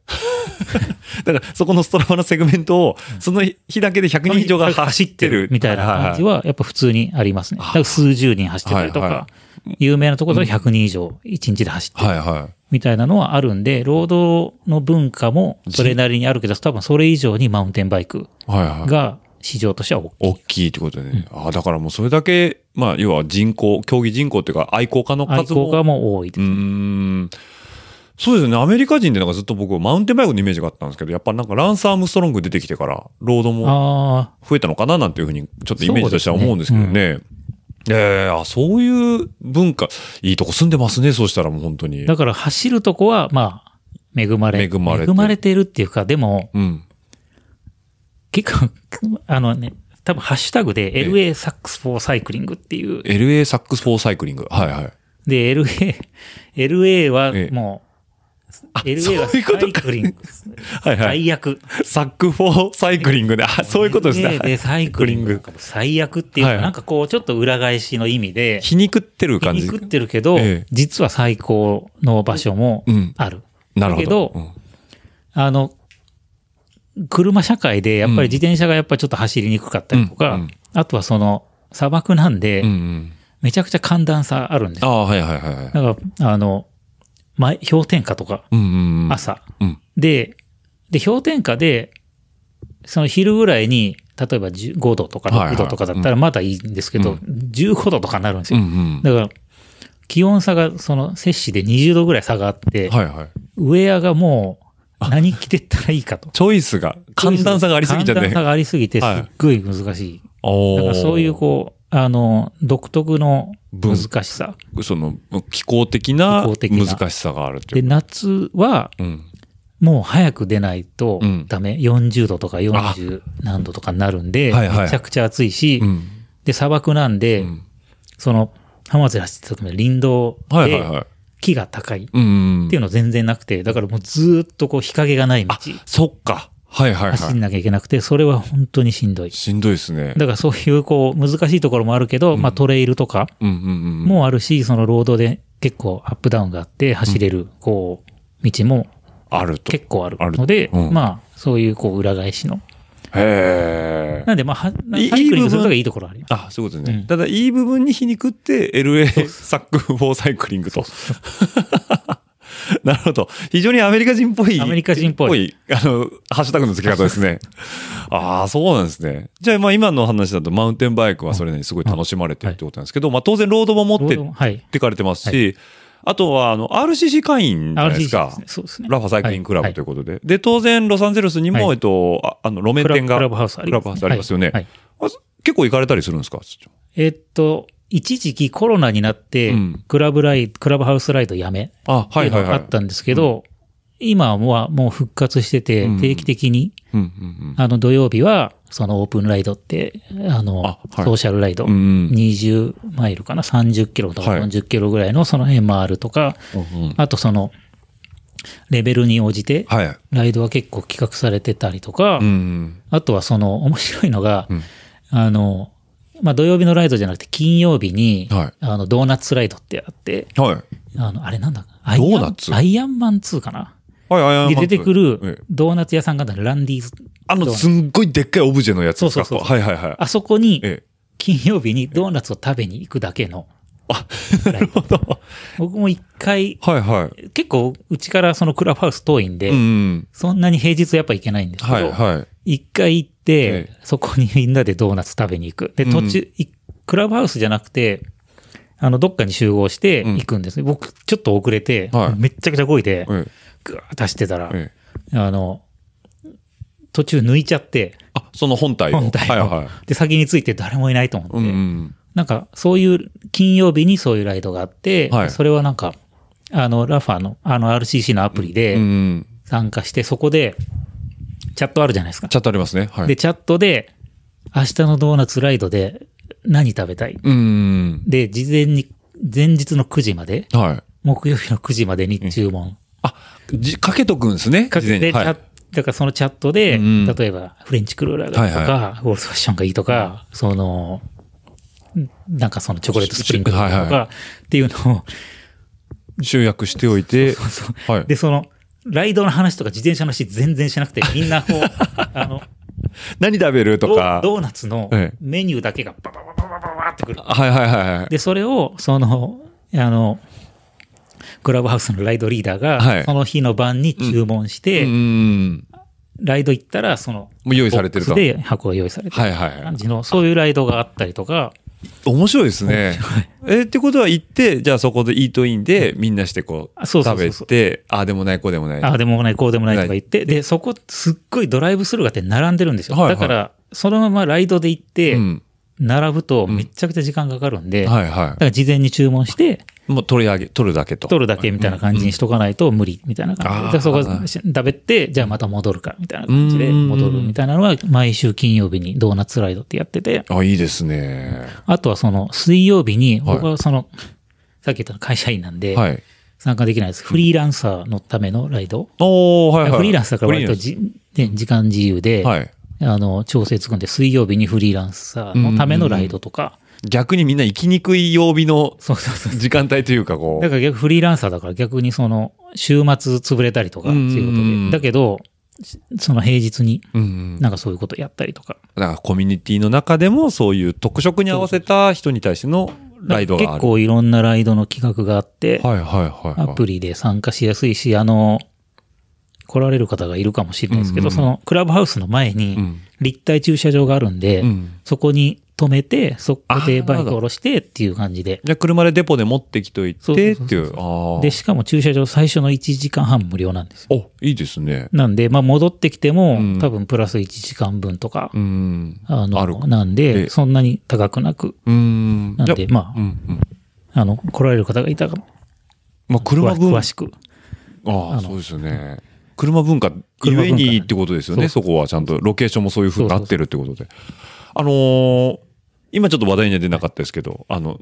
D: だから、そこのストラバのセグメントを、その日だけで100人以上が走ってる。
E: みたいな感じは、やっぱ普通にありますね。だから数十人走ってたりと
D: はい
E: か
D: は、
E: 有名なところでは100人以上、1日で走ってる
D: はいは
E: みたいなのはあるんで、労働の文化もそれなりにあるけど、多分それ以上にマウンテンバイク
D: い。はいはい。
E: が市場としては大きい。
D: 大きいってことでね。ああ、だからもうそれだけ、まあ、要は人口、競技人口っていうか、愛好家の
E: 愛
D: 数も。
E: 好家も多いで
D: うーん。そうですよね。アメリカ人でなんかずっと僕、マウンテンバイクのイメージがあったんですけど、やっぱなんかランス・アームストロング出てきてから、ロードも
E: あ
D: 増えたのかななんていうふうに、ちょっとイメージとしては思うんですけど
E: そう
D: ね。ええあ、そういう文化、いいとこ住んでますね、そうしたらもう本当に
E: あ、。だから走るとこは、まあ、恵まれ、
D: 恵まれて
E: 恵まれてるっていうか、でも、
D: うん。
E: 結構、あのね、多分ハッシュタグで
D: ええ
E: LA サックスフォーサイクリングっていう、
D: LA サックス・フォーサイクリング。はいはい。
E: で、LA、LA は
D: ええ
E: もう、
D: そう
E: LA はサ
D: いうこと
E: イ
D: か
E: クリング。
D: はいはい。
E: 最悪。
D: サック・フォーサイクリングね。あ、そういうことですね。
E: で、サイクリング。
D: サ。
E: 最悪っていうか、
D: はい
E: なんかこう、ちょっと裏返しの意味で、
D: 皮肉ってる
E: 皮
D: 感じ。
E: 肉ってるけど、
D: ええ
E: 実は最高の場所も
D: うん
E: ある。
D: なるほ
E: だけ
D: ど
E: ど。
D: うん
E: あの、車社会で、やっぱり自転車がやっぱりちょっと走りにくかったりとか、
D: うんうん
E: あとはその、砂漠なんで、
D: うんうん。
E: めちゃくちゃ寒暖差あるんです
D: あ
E: よ。
D: あ、はいはいはいはい。
E: だから、あの、前氷点下とか、
D: うんうんうん。
E: 朝。
D: うん。
E: で、で、氷点下で、その昼ぐらいに、例えば10 5度とか
D: はいはい
E: 6度とかだったらまだいいんですけど、
D: うん
E: 15度とかになるんです
D: うん
E: よ。
D: うん。
E: だから、気温差が、その、摂氏で20度ぐらい差があって、
D: はいはい。
E: ウェアがもう、何着てったらいいかと。
D: チョイスが、 寒暖差がありすぎちゃっ
E: 寒
D: て
E: 暖。差がありすぎて、すっ
D: はい
E: ごい難しい。
D: お
E: だからそういう、こう、あの、独特の
D: 文
E: 難しさ。
D: う、その、気候的な
E: 気候的な
D: 難しさがあるってい
E: で、
D: う。
E: 夏は、
D: うん。
E: もう早く出ないと
D: うん
E: ダメ。40度とか
D: あ
E: 40何度とかになるんで、
D: はいはい
E: めちゃくちゃ暑いし、
D: うん。
E: で、砂漠なんで、
D: うん
E: その、浜松で走ってた時の林道
D: はいはいは
E: で
D: い。
E: 木が高いっ
D: うんうん。
E: ていうの全然なくて、だからもうずーっとこう日陰がない道
D: あ、そっか。はいはい
E: 走ん
D: は
E: なきゃいけなくて、それは本当にしんどい
D: い。。しんどいですね。
E: だからそういうこう難しいところもあるけど、まあトレイルとか
D: うんうんうん。
E: もあるし、そのロードで結構アップダウンがあって走れるこう道も
D: あると。へ
E: 結構あるので、
D: あるうん
E: まあそういうこう裏返しの
D: え。
E: なんで、まあ、はサ
D: いい
E: イクリングするとかいいところあります。
D: あ、そういうことね。
E: うん
D: ただ、いい部分に皮肉って LA サックフォーサイクリングと。 なるほど。非常にアメリカ人っぽい。
E: アメリカ人っぽい
D: あの、ハッシュタグの付け方です ね。ああ、そうなんですね。じゃあ、まあ今の話だとマウンテンバイクはそれなりにすごい楽しまれてるってことなんですけど、まあ当然ロードも持って
E: ロードも
D: っ
E: はい。
D: てかれてますし、あとはあの、RCC 会員じゃないです
E: RCC
D: か。
E: ですね。そうですね。
D: ラファサイクリングクラ
E: は
D: ブ
E: い
D: ということで。で、当然、ロサンゼルスにも、
E: は
D: え
E: い
D: っと、ああの、路面
E: クラブ
D: 店が、
E: クラブハウスあり
D: クラ
E: ます
D: ブ
E: ね
D: ハウスありますよね。
E: はい
D: あ結構行かれたりするんですか
E: えっと、一時期コロナになって
D: うん、
E: クラブライ、クラブハウスライドやめって
D: あ、はいいう
E: の
D: はい
E: が
D: は
E: あ
D: い
E: っ。たんですけど、今はもう復活してて
D: うん、
E: 定期的に、
D: うんうん
E: あの土曜日は、そのオープンライドって、あの、
D: あはい
E: ソーシャルライド、
D: うんうん
E: 20マイルかな、30キロとか
D: はい
E: 40キロぐらいのその MR とか、
D: うんうん。
E: あとその、レベルに応じて、
D: はい。
E: ライドは結構企画されてたりとか、
D: うんうん。
E: あとはその面白いのが、
D: うん
E: あの、まあ、土曜日のライドじゃなくて金曜日に、
D: はい
E: あの、ドーナツライドってあって、
D: はい。
E: あの、あれなんだアイアン
D: ドーナツ
E: アイアンマン2かな
D: はい、アイアン
E: で
D: マン
E: 出てく
D: ええ
E: るドーナツ屋さんがあるランディーズ。
D: あ
E: ド
D: の、
E: ーナツ
D: すんごいでっかいオブジェのやつですか
E: そうそうそう
D: はいはいはい。
E: あそこに、
D: ええ
E: 金曜日にドーナツを食べに行くだけの、
D: あ、なるほど。
E: 僕も一回、
D: はいはい。
E: 結構、うちからそのクラブハウス遠いんで、
D: うんうん。
E: そんなに平日やっぱ行けないんですけど、
D: はいはい。
E: 一回行っ
D: え
E: て、そこにみんなでドーナツ食べに行く。で、
D: うん
E: 途中、いクラブハウスじゃなくて、あの、どっかに集合して
D: うん
E: 行くんですね。僕、ちょっと遅れて、
D: はい
E: めっちゃくちゃ声で、
D: え
E: ぐーっと走ってたら
D: え、ええ
E: あの、途中抜いちゃって、
D: あ、その本体を。
E: 本体を
D: はいはい。
E: で、先について誰もいないと思って、
D: うんうん。
E: なんか、そういう、金曜日にそういうライドがあって、
D: はい
E: それはなんか、あの、ラファの、あの RCC のアプリ
D: うんう
E: で
D: ん。
E: 参加して、そこで、チャットあるじゃないですか。
D: チャットありますね。はい。
E: で、チャットで、明日のドーナツライドで何食べたい
D: うんうん
E: で、事前に、前日の9時まで、
D: うん。はい。
E: 木曜日の9時までに注文
D: あ、じ、かけとくんですね。
E: か
D: 事前
E: け
D: に
E: て、
D: はい
E: チャだからそのチャットで、
D: うん
E: 例えばフレンチクルーラーがいいとか、
D: は
E: フォールスファッションがいいとか、その、なんかそのチョコレートスプリンクルー
D: はいは
E: ラーと
D: い
E: か、っていうのを、
D: 集約しておいて。はい。
E: で、その、ライドの話とか自転車の話全然しなくて、みんなこう、 あの、
D: 何食べると
E: ド
D: か。
E: ドーナツの
D: ええ
E: メニューだけがバババババババってくる。
D: はいはいはいはい。
E: で、それを、その、あの、クラブハウスのライドリーダーが、
D: はい
E: その日の晩に注文して、
D: うんうん。
E: ライド行ったら、その、
D: もう用意されてると
E: ボックスで箱が用意されてる
D: はいはいは
E: 感じの、そういうライドがあったりとか、
D: い。面白いですね。え、ってことは行って、じゃあそこでイートインでみんなしてこう、
E: あそうそう
D: 食
E: そ
D: べ
E: うそう
D: て、あ、でもない、こうでもない。
E: ああでもない、こうでもないとか言って、で、そこ、すっごいドライブスルーがあって並んでるんですよ。
D: はいはい
E: だから、そのままライドで行って
D: う、ん。
E: 並ぶと、めっちゃくちゃ時間かかるんで、
D: はいは
E: だから事前に注文して、
D: い。もう取り上げ、取るだけと。
E: 取るだけみたいな感じにしとかないと無理みたいな
D: あー
E: 感じで、そこ食べて、じゃあまた戻るかみたいな感じで
D: うん
E: 戻るみたいなのが毎週金曜日にドーナツライドってやってて、
D: あ、いいですね。
E: あとはその水曜日に
D: はい
E: 僕はその、さっき言った会社員なんで
D: はい。
E: 参加できないです。フリーランサーのためのライド。
D: おー、はいはい。
E: フリーランスだから割と
D: フリ
E: じ、ね時間自由で、
D: ーランスはい。
E: あの、調整つくんで、水曜日にフリーランサーのためのライドとか、
D: 逆にみんな行きにくい曜日の
E: そうそうそう。
D: 時間帯というか、こ
E: だ
D: う。
E: から逆フリーランサーだから逆にその週末潰れたりとかっていう
D: うんうんう
E: こ
D: ん
E: とで。だけど、しその平日に
D: うんうん。
E: なんかそういうことやったりとか。
D: だからコミュニティの中でもそういう特色に合わせた人に対してのライドがあ
E: 結
D: る。
E: 構いろんなライドの企画があって、
D: はいはいはいはい。
E: アプリで参加しやすいし、あの、来られる方がいるかもしれないですけ
D: うんうんう
E: ど、
D: ん
E: そのクラブハウスの前
D: う
E: に
D: ん
E: 立体駐車場があるんで、
D: うん
E: そこに止めて、そこで
D: あーなる
E: バ
D: ほ
E: イ
D: ど
E: ク下ろしてっていう感じで。
D: じゃあ車でデポで持ってきとい
E: そう
D: て
E: そう
D: っ
E: そう
D: て
E: そ
D: いうう。ああ。
E: で、しかも駐車場最初の1時間半無料なんですよ。
D: お、いいですね。
E: なんで、まあ戻ってきても、
D: うん
E: 多分プラス1時間分とか、
D: うん。
E: あの、
D: ある
E: なん
D: ええ
E: で、そんなに高くなく、
D: うん。
E: なん
D: じ
E: で、
D: ゃ
E: ま
D: あうんうん。
E: あ、あの、来られる方がいたら、
D: まあ車文
E: 詳
D: 化。
E: 詳しく。
D: ああ、
E: あの
D: そうですよね。車文化、ゆ
E: 車文
D: え
E: 化
D: にってことですよね、そ
E: そ
D: こはちゃんとロケーションもそういう風になってるってことで。あのー今ちょっと話題には出なかったですけど、あの、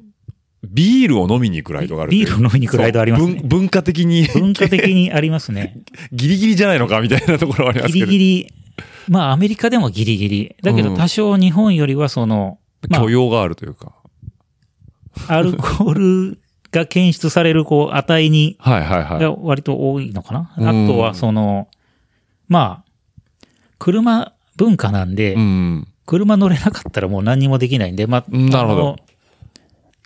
D: ビールを飲みに行くライドがあるってい
E: ビ
D: う。
E: ール飲みに行くライドあります
D: そう
E: ね。
D: 文文化的に
E: 文化的にあります ね。
D: ギリギリじゃないのかみたいなところはありますけ
E: ギリ
D: ど。
E: ギリ、まあアメリカでもギリギリ。だけ
D: うん
E: ど多少日本よりはその、まあ
D: 許容があるというか。
E: アルコールが検出されるこう値に
D: はいはいはい。
E: が割と多いのかな。
D: うん
E: あとはその、まあ、車文化なんで、
D: うん。
E: 車乗れなかったらもう何にもできないんで、まあ、
D: うんなるほど
E: あの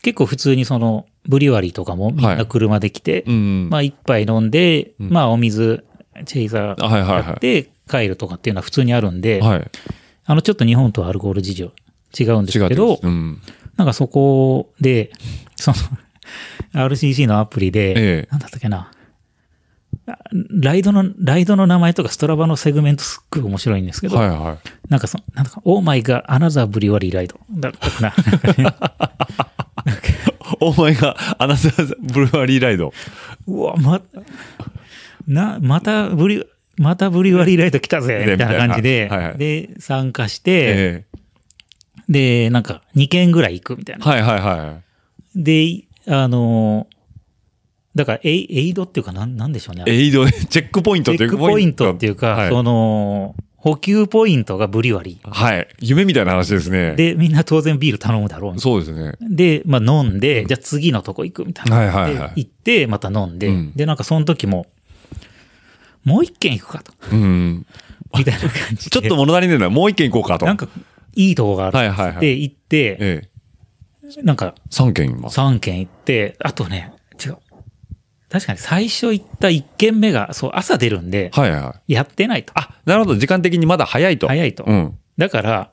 E: 結構普通にその、ブリュワリーとかもみんな車で来て、
D: うん。
E: まあ一杯飲んで、
D: うん
E: まあお水、チェイザー
D: はいはい
E: やっ
D: は
E: て帰るとかっていうのは普通にあるんで、
D: い。はい。
E: あの、ちょっと日本とはアルコール事情違うんで
D: 違
E: す
D: う
E: け
D: て
E: ど
D: ます、うん。
E: なんかそこで、 その、RCC のアプリで、
D: ええ
E: なんだったっけな、あライドの、ライドの名前とかストラバのセグメントすっごい面白いんですけど、
D: はい は
E: なんかその、なんだか、オーマイがアナザーブリュワリーライドだったかな。
D: い。お前がアナザーブルワリーライド。
E: うわ、ま、な、またブリュ、またブリュワリーライド来たぜ、
D: ね
E: みたいな感じ
D: み
E: で、
D: たいなはいはい
E: で、参加して、
D: え
E: で、なんか、2軒ぐらい行くみたい
D: え
E: な。
D: はいはいはい。
E: で、あのー、だからエイ、エイドっていうか、なん、なんでしょうね。
D: エイド、チェックポイント
E: チェ
D: という
E: ックポイントっていうか、
D: はい
E: その、補給ポイントがブリュワリ
D: はい。夢みたいな話です
E: ー。
D: ね。
E: で、みんな当然ビール頼むだろうみたい
D: そうですね。
E: な。で、まあ飲んで、じゃあ次のとこ行くみたいな。
D: はいはいは
E: で
D: い。
E: 行って、また飲んで、
D: うん
E: で、なんかその時も、もう一軒行くかと、
D: うん。
E: みたいな感じで。
D: ちょっと物足りねえな。もう一軒行こうかと。
E: なんか、いいとこがある。
D: はいはいはい
E: で、行って、
D: え
E: なんか、
D: 3軒今。
E: 3軒行って、あとね、違う。確かに最初行った1軒目が、そう、朝出るんで、
D: はいは
E: やってないと。
D: い。あ、なるほど。時間的にまだ早いと。
E: 早いと。
D: うん。
E: だから、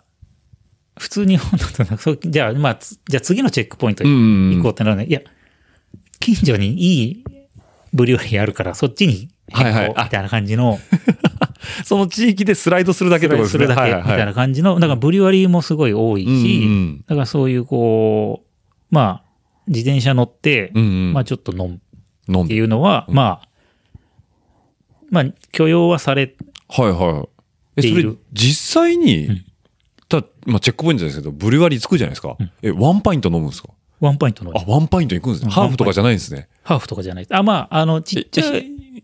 E: 普通に本当だとそうじゃあ、まあ、つじゃあ次のチェックポイント
D: うん
E: に
D: うんうん
E: 行こうってなるね。いや、近所にいいブリュワリーあるから、そっちに変
D: はいはい
E: 更
D: あ
E: みたいな感じの、
D: その地域でスライドするだけってことですす
E: る
D: ね。
E: だけみたいな感じの、だからブリュワリーもすごい多いし、
D: うんうん
E: だからそういうこう、まあ、自転車乗って、
D: うんうん
E: まあちょっと飲む
D: 飲ん
E: って
D: で。
E: いうのは、まあ、まあ、許容はされ、
D: はいはい。え、そ
E: い
D: れ
E: る、
D: 実際に、た、まあ、チェックポイントですけど、ブリュワリーつくじゃないですか。え、ワンパイント飲むんですか
E: ワンパイントの
D: あ、ワンパイント行くんですね。
E: うん
D: ハーフとかじゃないんですね。
E: ハーフとかじゃない。あ、まあ、あの、ちっちゃ
D: え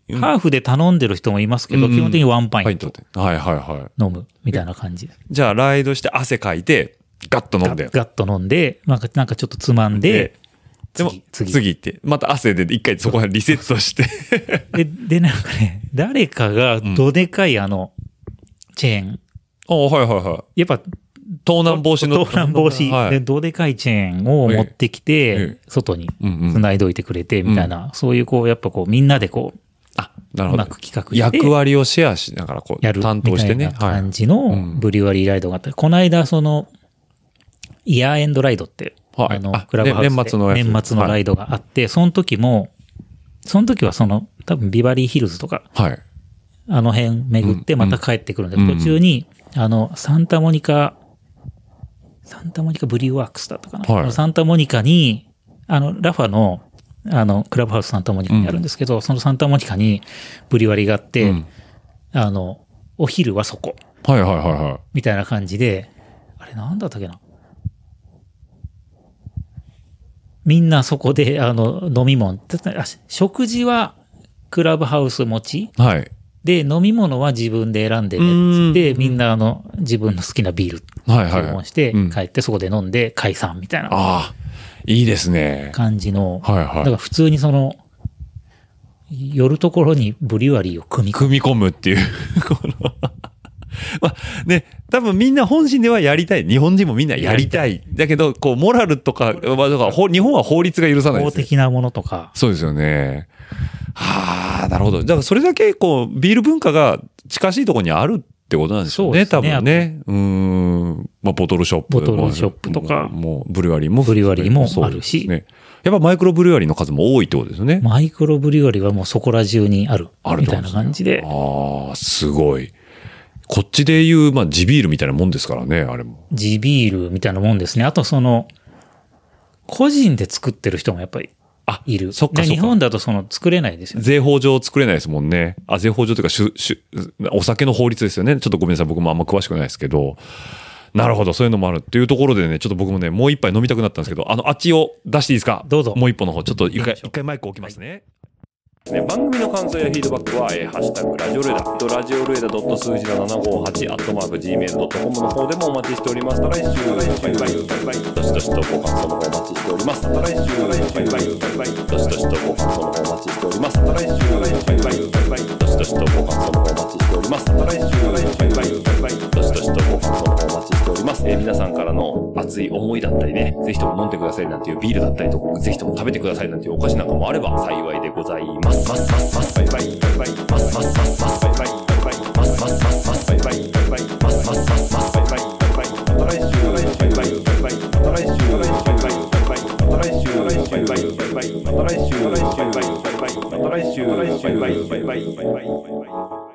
E: い、ハーフで頼んでる人もいますけど、
D: うん
E: 基本的にワンパ
D: パイ
E: イ
D: ン
E: ン
D: トっ
E: ト
D: て。はいはいは
E: 飲むみたいな感じ。
D: い。じゃあ、ライドして汗かいて、ガッと飲んで。
E: ガッと飲んで、なんか、なんかちょっとつまんで、
D: でも
E: 次、次
D: 次行って、また汗で一回そこらリセットして。
E: で、で、なんかね、誰かがどでかいあの、チェーン、
D: あはいはいはい。
E: やっぱ、
D: 盗難防止の。
E: 盗難防止、
D: は
E: で、
D: い。
E: どでかいチェーンを持ってきて、
D: え
E: 外に
D: うんうん
E: 繋いどいてくれて、みたいな、そういうこう、やっぱこう、みんなでこう、
D: あ、なる
E: う
D: ほ
E: ま
D: ど。
E: く企画して
D: 役割をシェアしながら、こ
E: やる
D: う、担当してね。
E: みたいな
D: はい。
E: 感
D: は
E: じ
D: う
E: の
D: ん
E: ブリュワリーライドがあった。この間、その、イヤーエンドライドって、
D: はい
E: あの
D: あ、
E: クラブハウスで
D: ね年末のやつ
E: 年末のライドがあって、その時も、その時はその、多分ビバリーヒルズとか、
D: い。
E: あの辺巡ってまた帰ってくるんで、
D: うんうん
E: 途中に、あの、サンタモニカ、サンタモニカブリューワークスだったかな。
D: はい
E: あのサンタモニカに、あの、ラファの、あの、クラブハウスサンタモニカにあるんですけど、そのサンタモニカにブリュワリがあって、
D: うん
E: あの、お昼はそこ、
D: はいはいはいはい。
E: みたいな感じで、あれなんだったっけな。みんなそこで、あの、飲み物、たあ食事はクラブハウス持ち
D: はい。
E: で、飲み物は自分で選んでね、つって、みんなあの、自分の好きなビール
D: はいはい
E: 注
D: は
E: 文
D: い。
E: して
D: うん、
E: 帰ってそこで飲んで解散みたいな
D: ああ、いいですね。
E: 感じの、
D: はい
E: だか
D: は
E: ら
D: い。
E: 普通にその、寄るところにブリュワリーを組み込む。
D: 組み込むっていう、 この。まあね、多分みんな本心ではやりたい。日本人もみんなやりたい。だけど、こう、モラルとか、まあ、だからほ日本は法律が許さないで
E: 法
D: すよ。
E: 的なものとか、
D: そうですよね。はあ、なるほど。だからそれだけ、こう、ビール文化が近しいところにあるってことなんですよね、
E: そ
D: 多
E: うですね
D: 分ね。うーん。まあ、ボトルショップも。
E: ボトルショップとか
D: もう、ブリュワリーも。
E: ブリュワリーも
D: そう
E: あるし
D: ですね。やっぱマイクロブリュワリーの数も多いってことですよね。
E: マイクロブリュワリーはもうそこら中にある。
D: あるっ
E: み
D: てこ
E: た
D: とで
E: いな
D: すね
E: 感じで。
D: ああ、すごい。こっちで言う、まあ、地ビールみたいなもんですからね、あれも。
E: 地ビールみたいなもんですね。あとその、個人で作ってる人もやっぱり
D: あ、
E: いる。
D: そっかそっか
E: で日本だとその作れないですよね。
D: 税法上作れないですもんね。あ、税法上というかしゅしゅ、お酒の法律ですよね。ちょっとごめんなさい。僕もあんま詳しくないですけど。なるほど。そういうのもあるっていうところでね、ちょっと僕もね、もう一杯飲みたくなったんですけど、あの、あっちを出していいですか
E: どうぞ
D: もう一歩の方、ちょっと一
E: 行き
D: 回、
E: ましょう
D: 一回マイク置きますね。
B: ね、番組の感想やフィードバックは、えーハッシュタグラジオルエダ」えっとラジオルエダ数字の758アットマーク Gmail.com の方でもお待ちしておりますまた来週バイバイバイバイどしどしとご感想の方お待ちしておりますまた来週バイバイバイバイどしどしとご感想の方お待ちしておりますまた来週バイバイバイバイどしどしとご感想の方お待ちしておりますまた来週バイバイバイバイどしどしとご感想の方お待ちしております、えー皆さんからの熱い思いだったりねぜひとも飲んでくださいなんていうビールだったりとかぜひとも食べてくださいなんていうお菓子なんかもあれば幸いでございますますますますバイバイバイバイますますますますバイバイバイバイますますますますバイバイバイバイますますますますバイバイバイバイまた来週バイバイバイバイまた来週バイバイバイバイまた来週バイバイバイバイまた来週バイバイバイバイまた来週バイバイバイバイまた来週バイバイバイバイ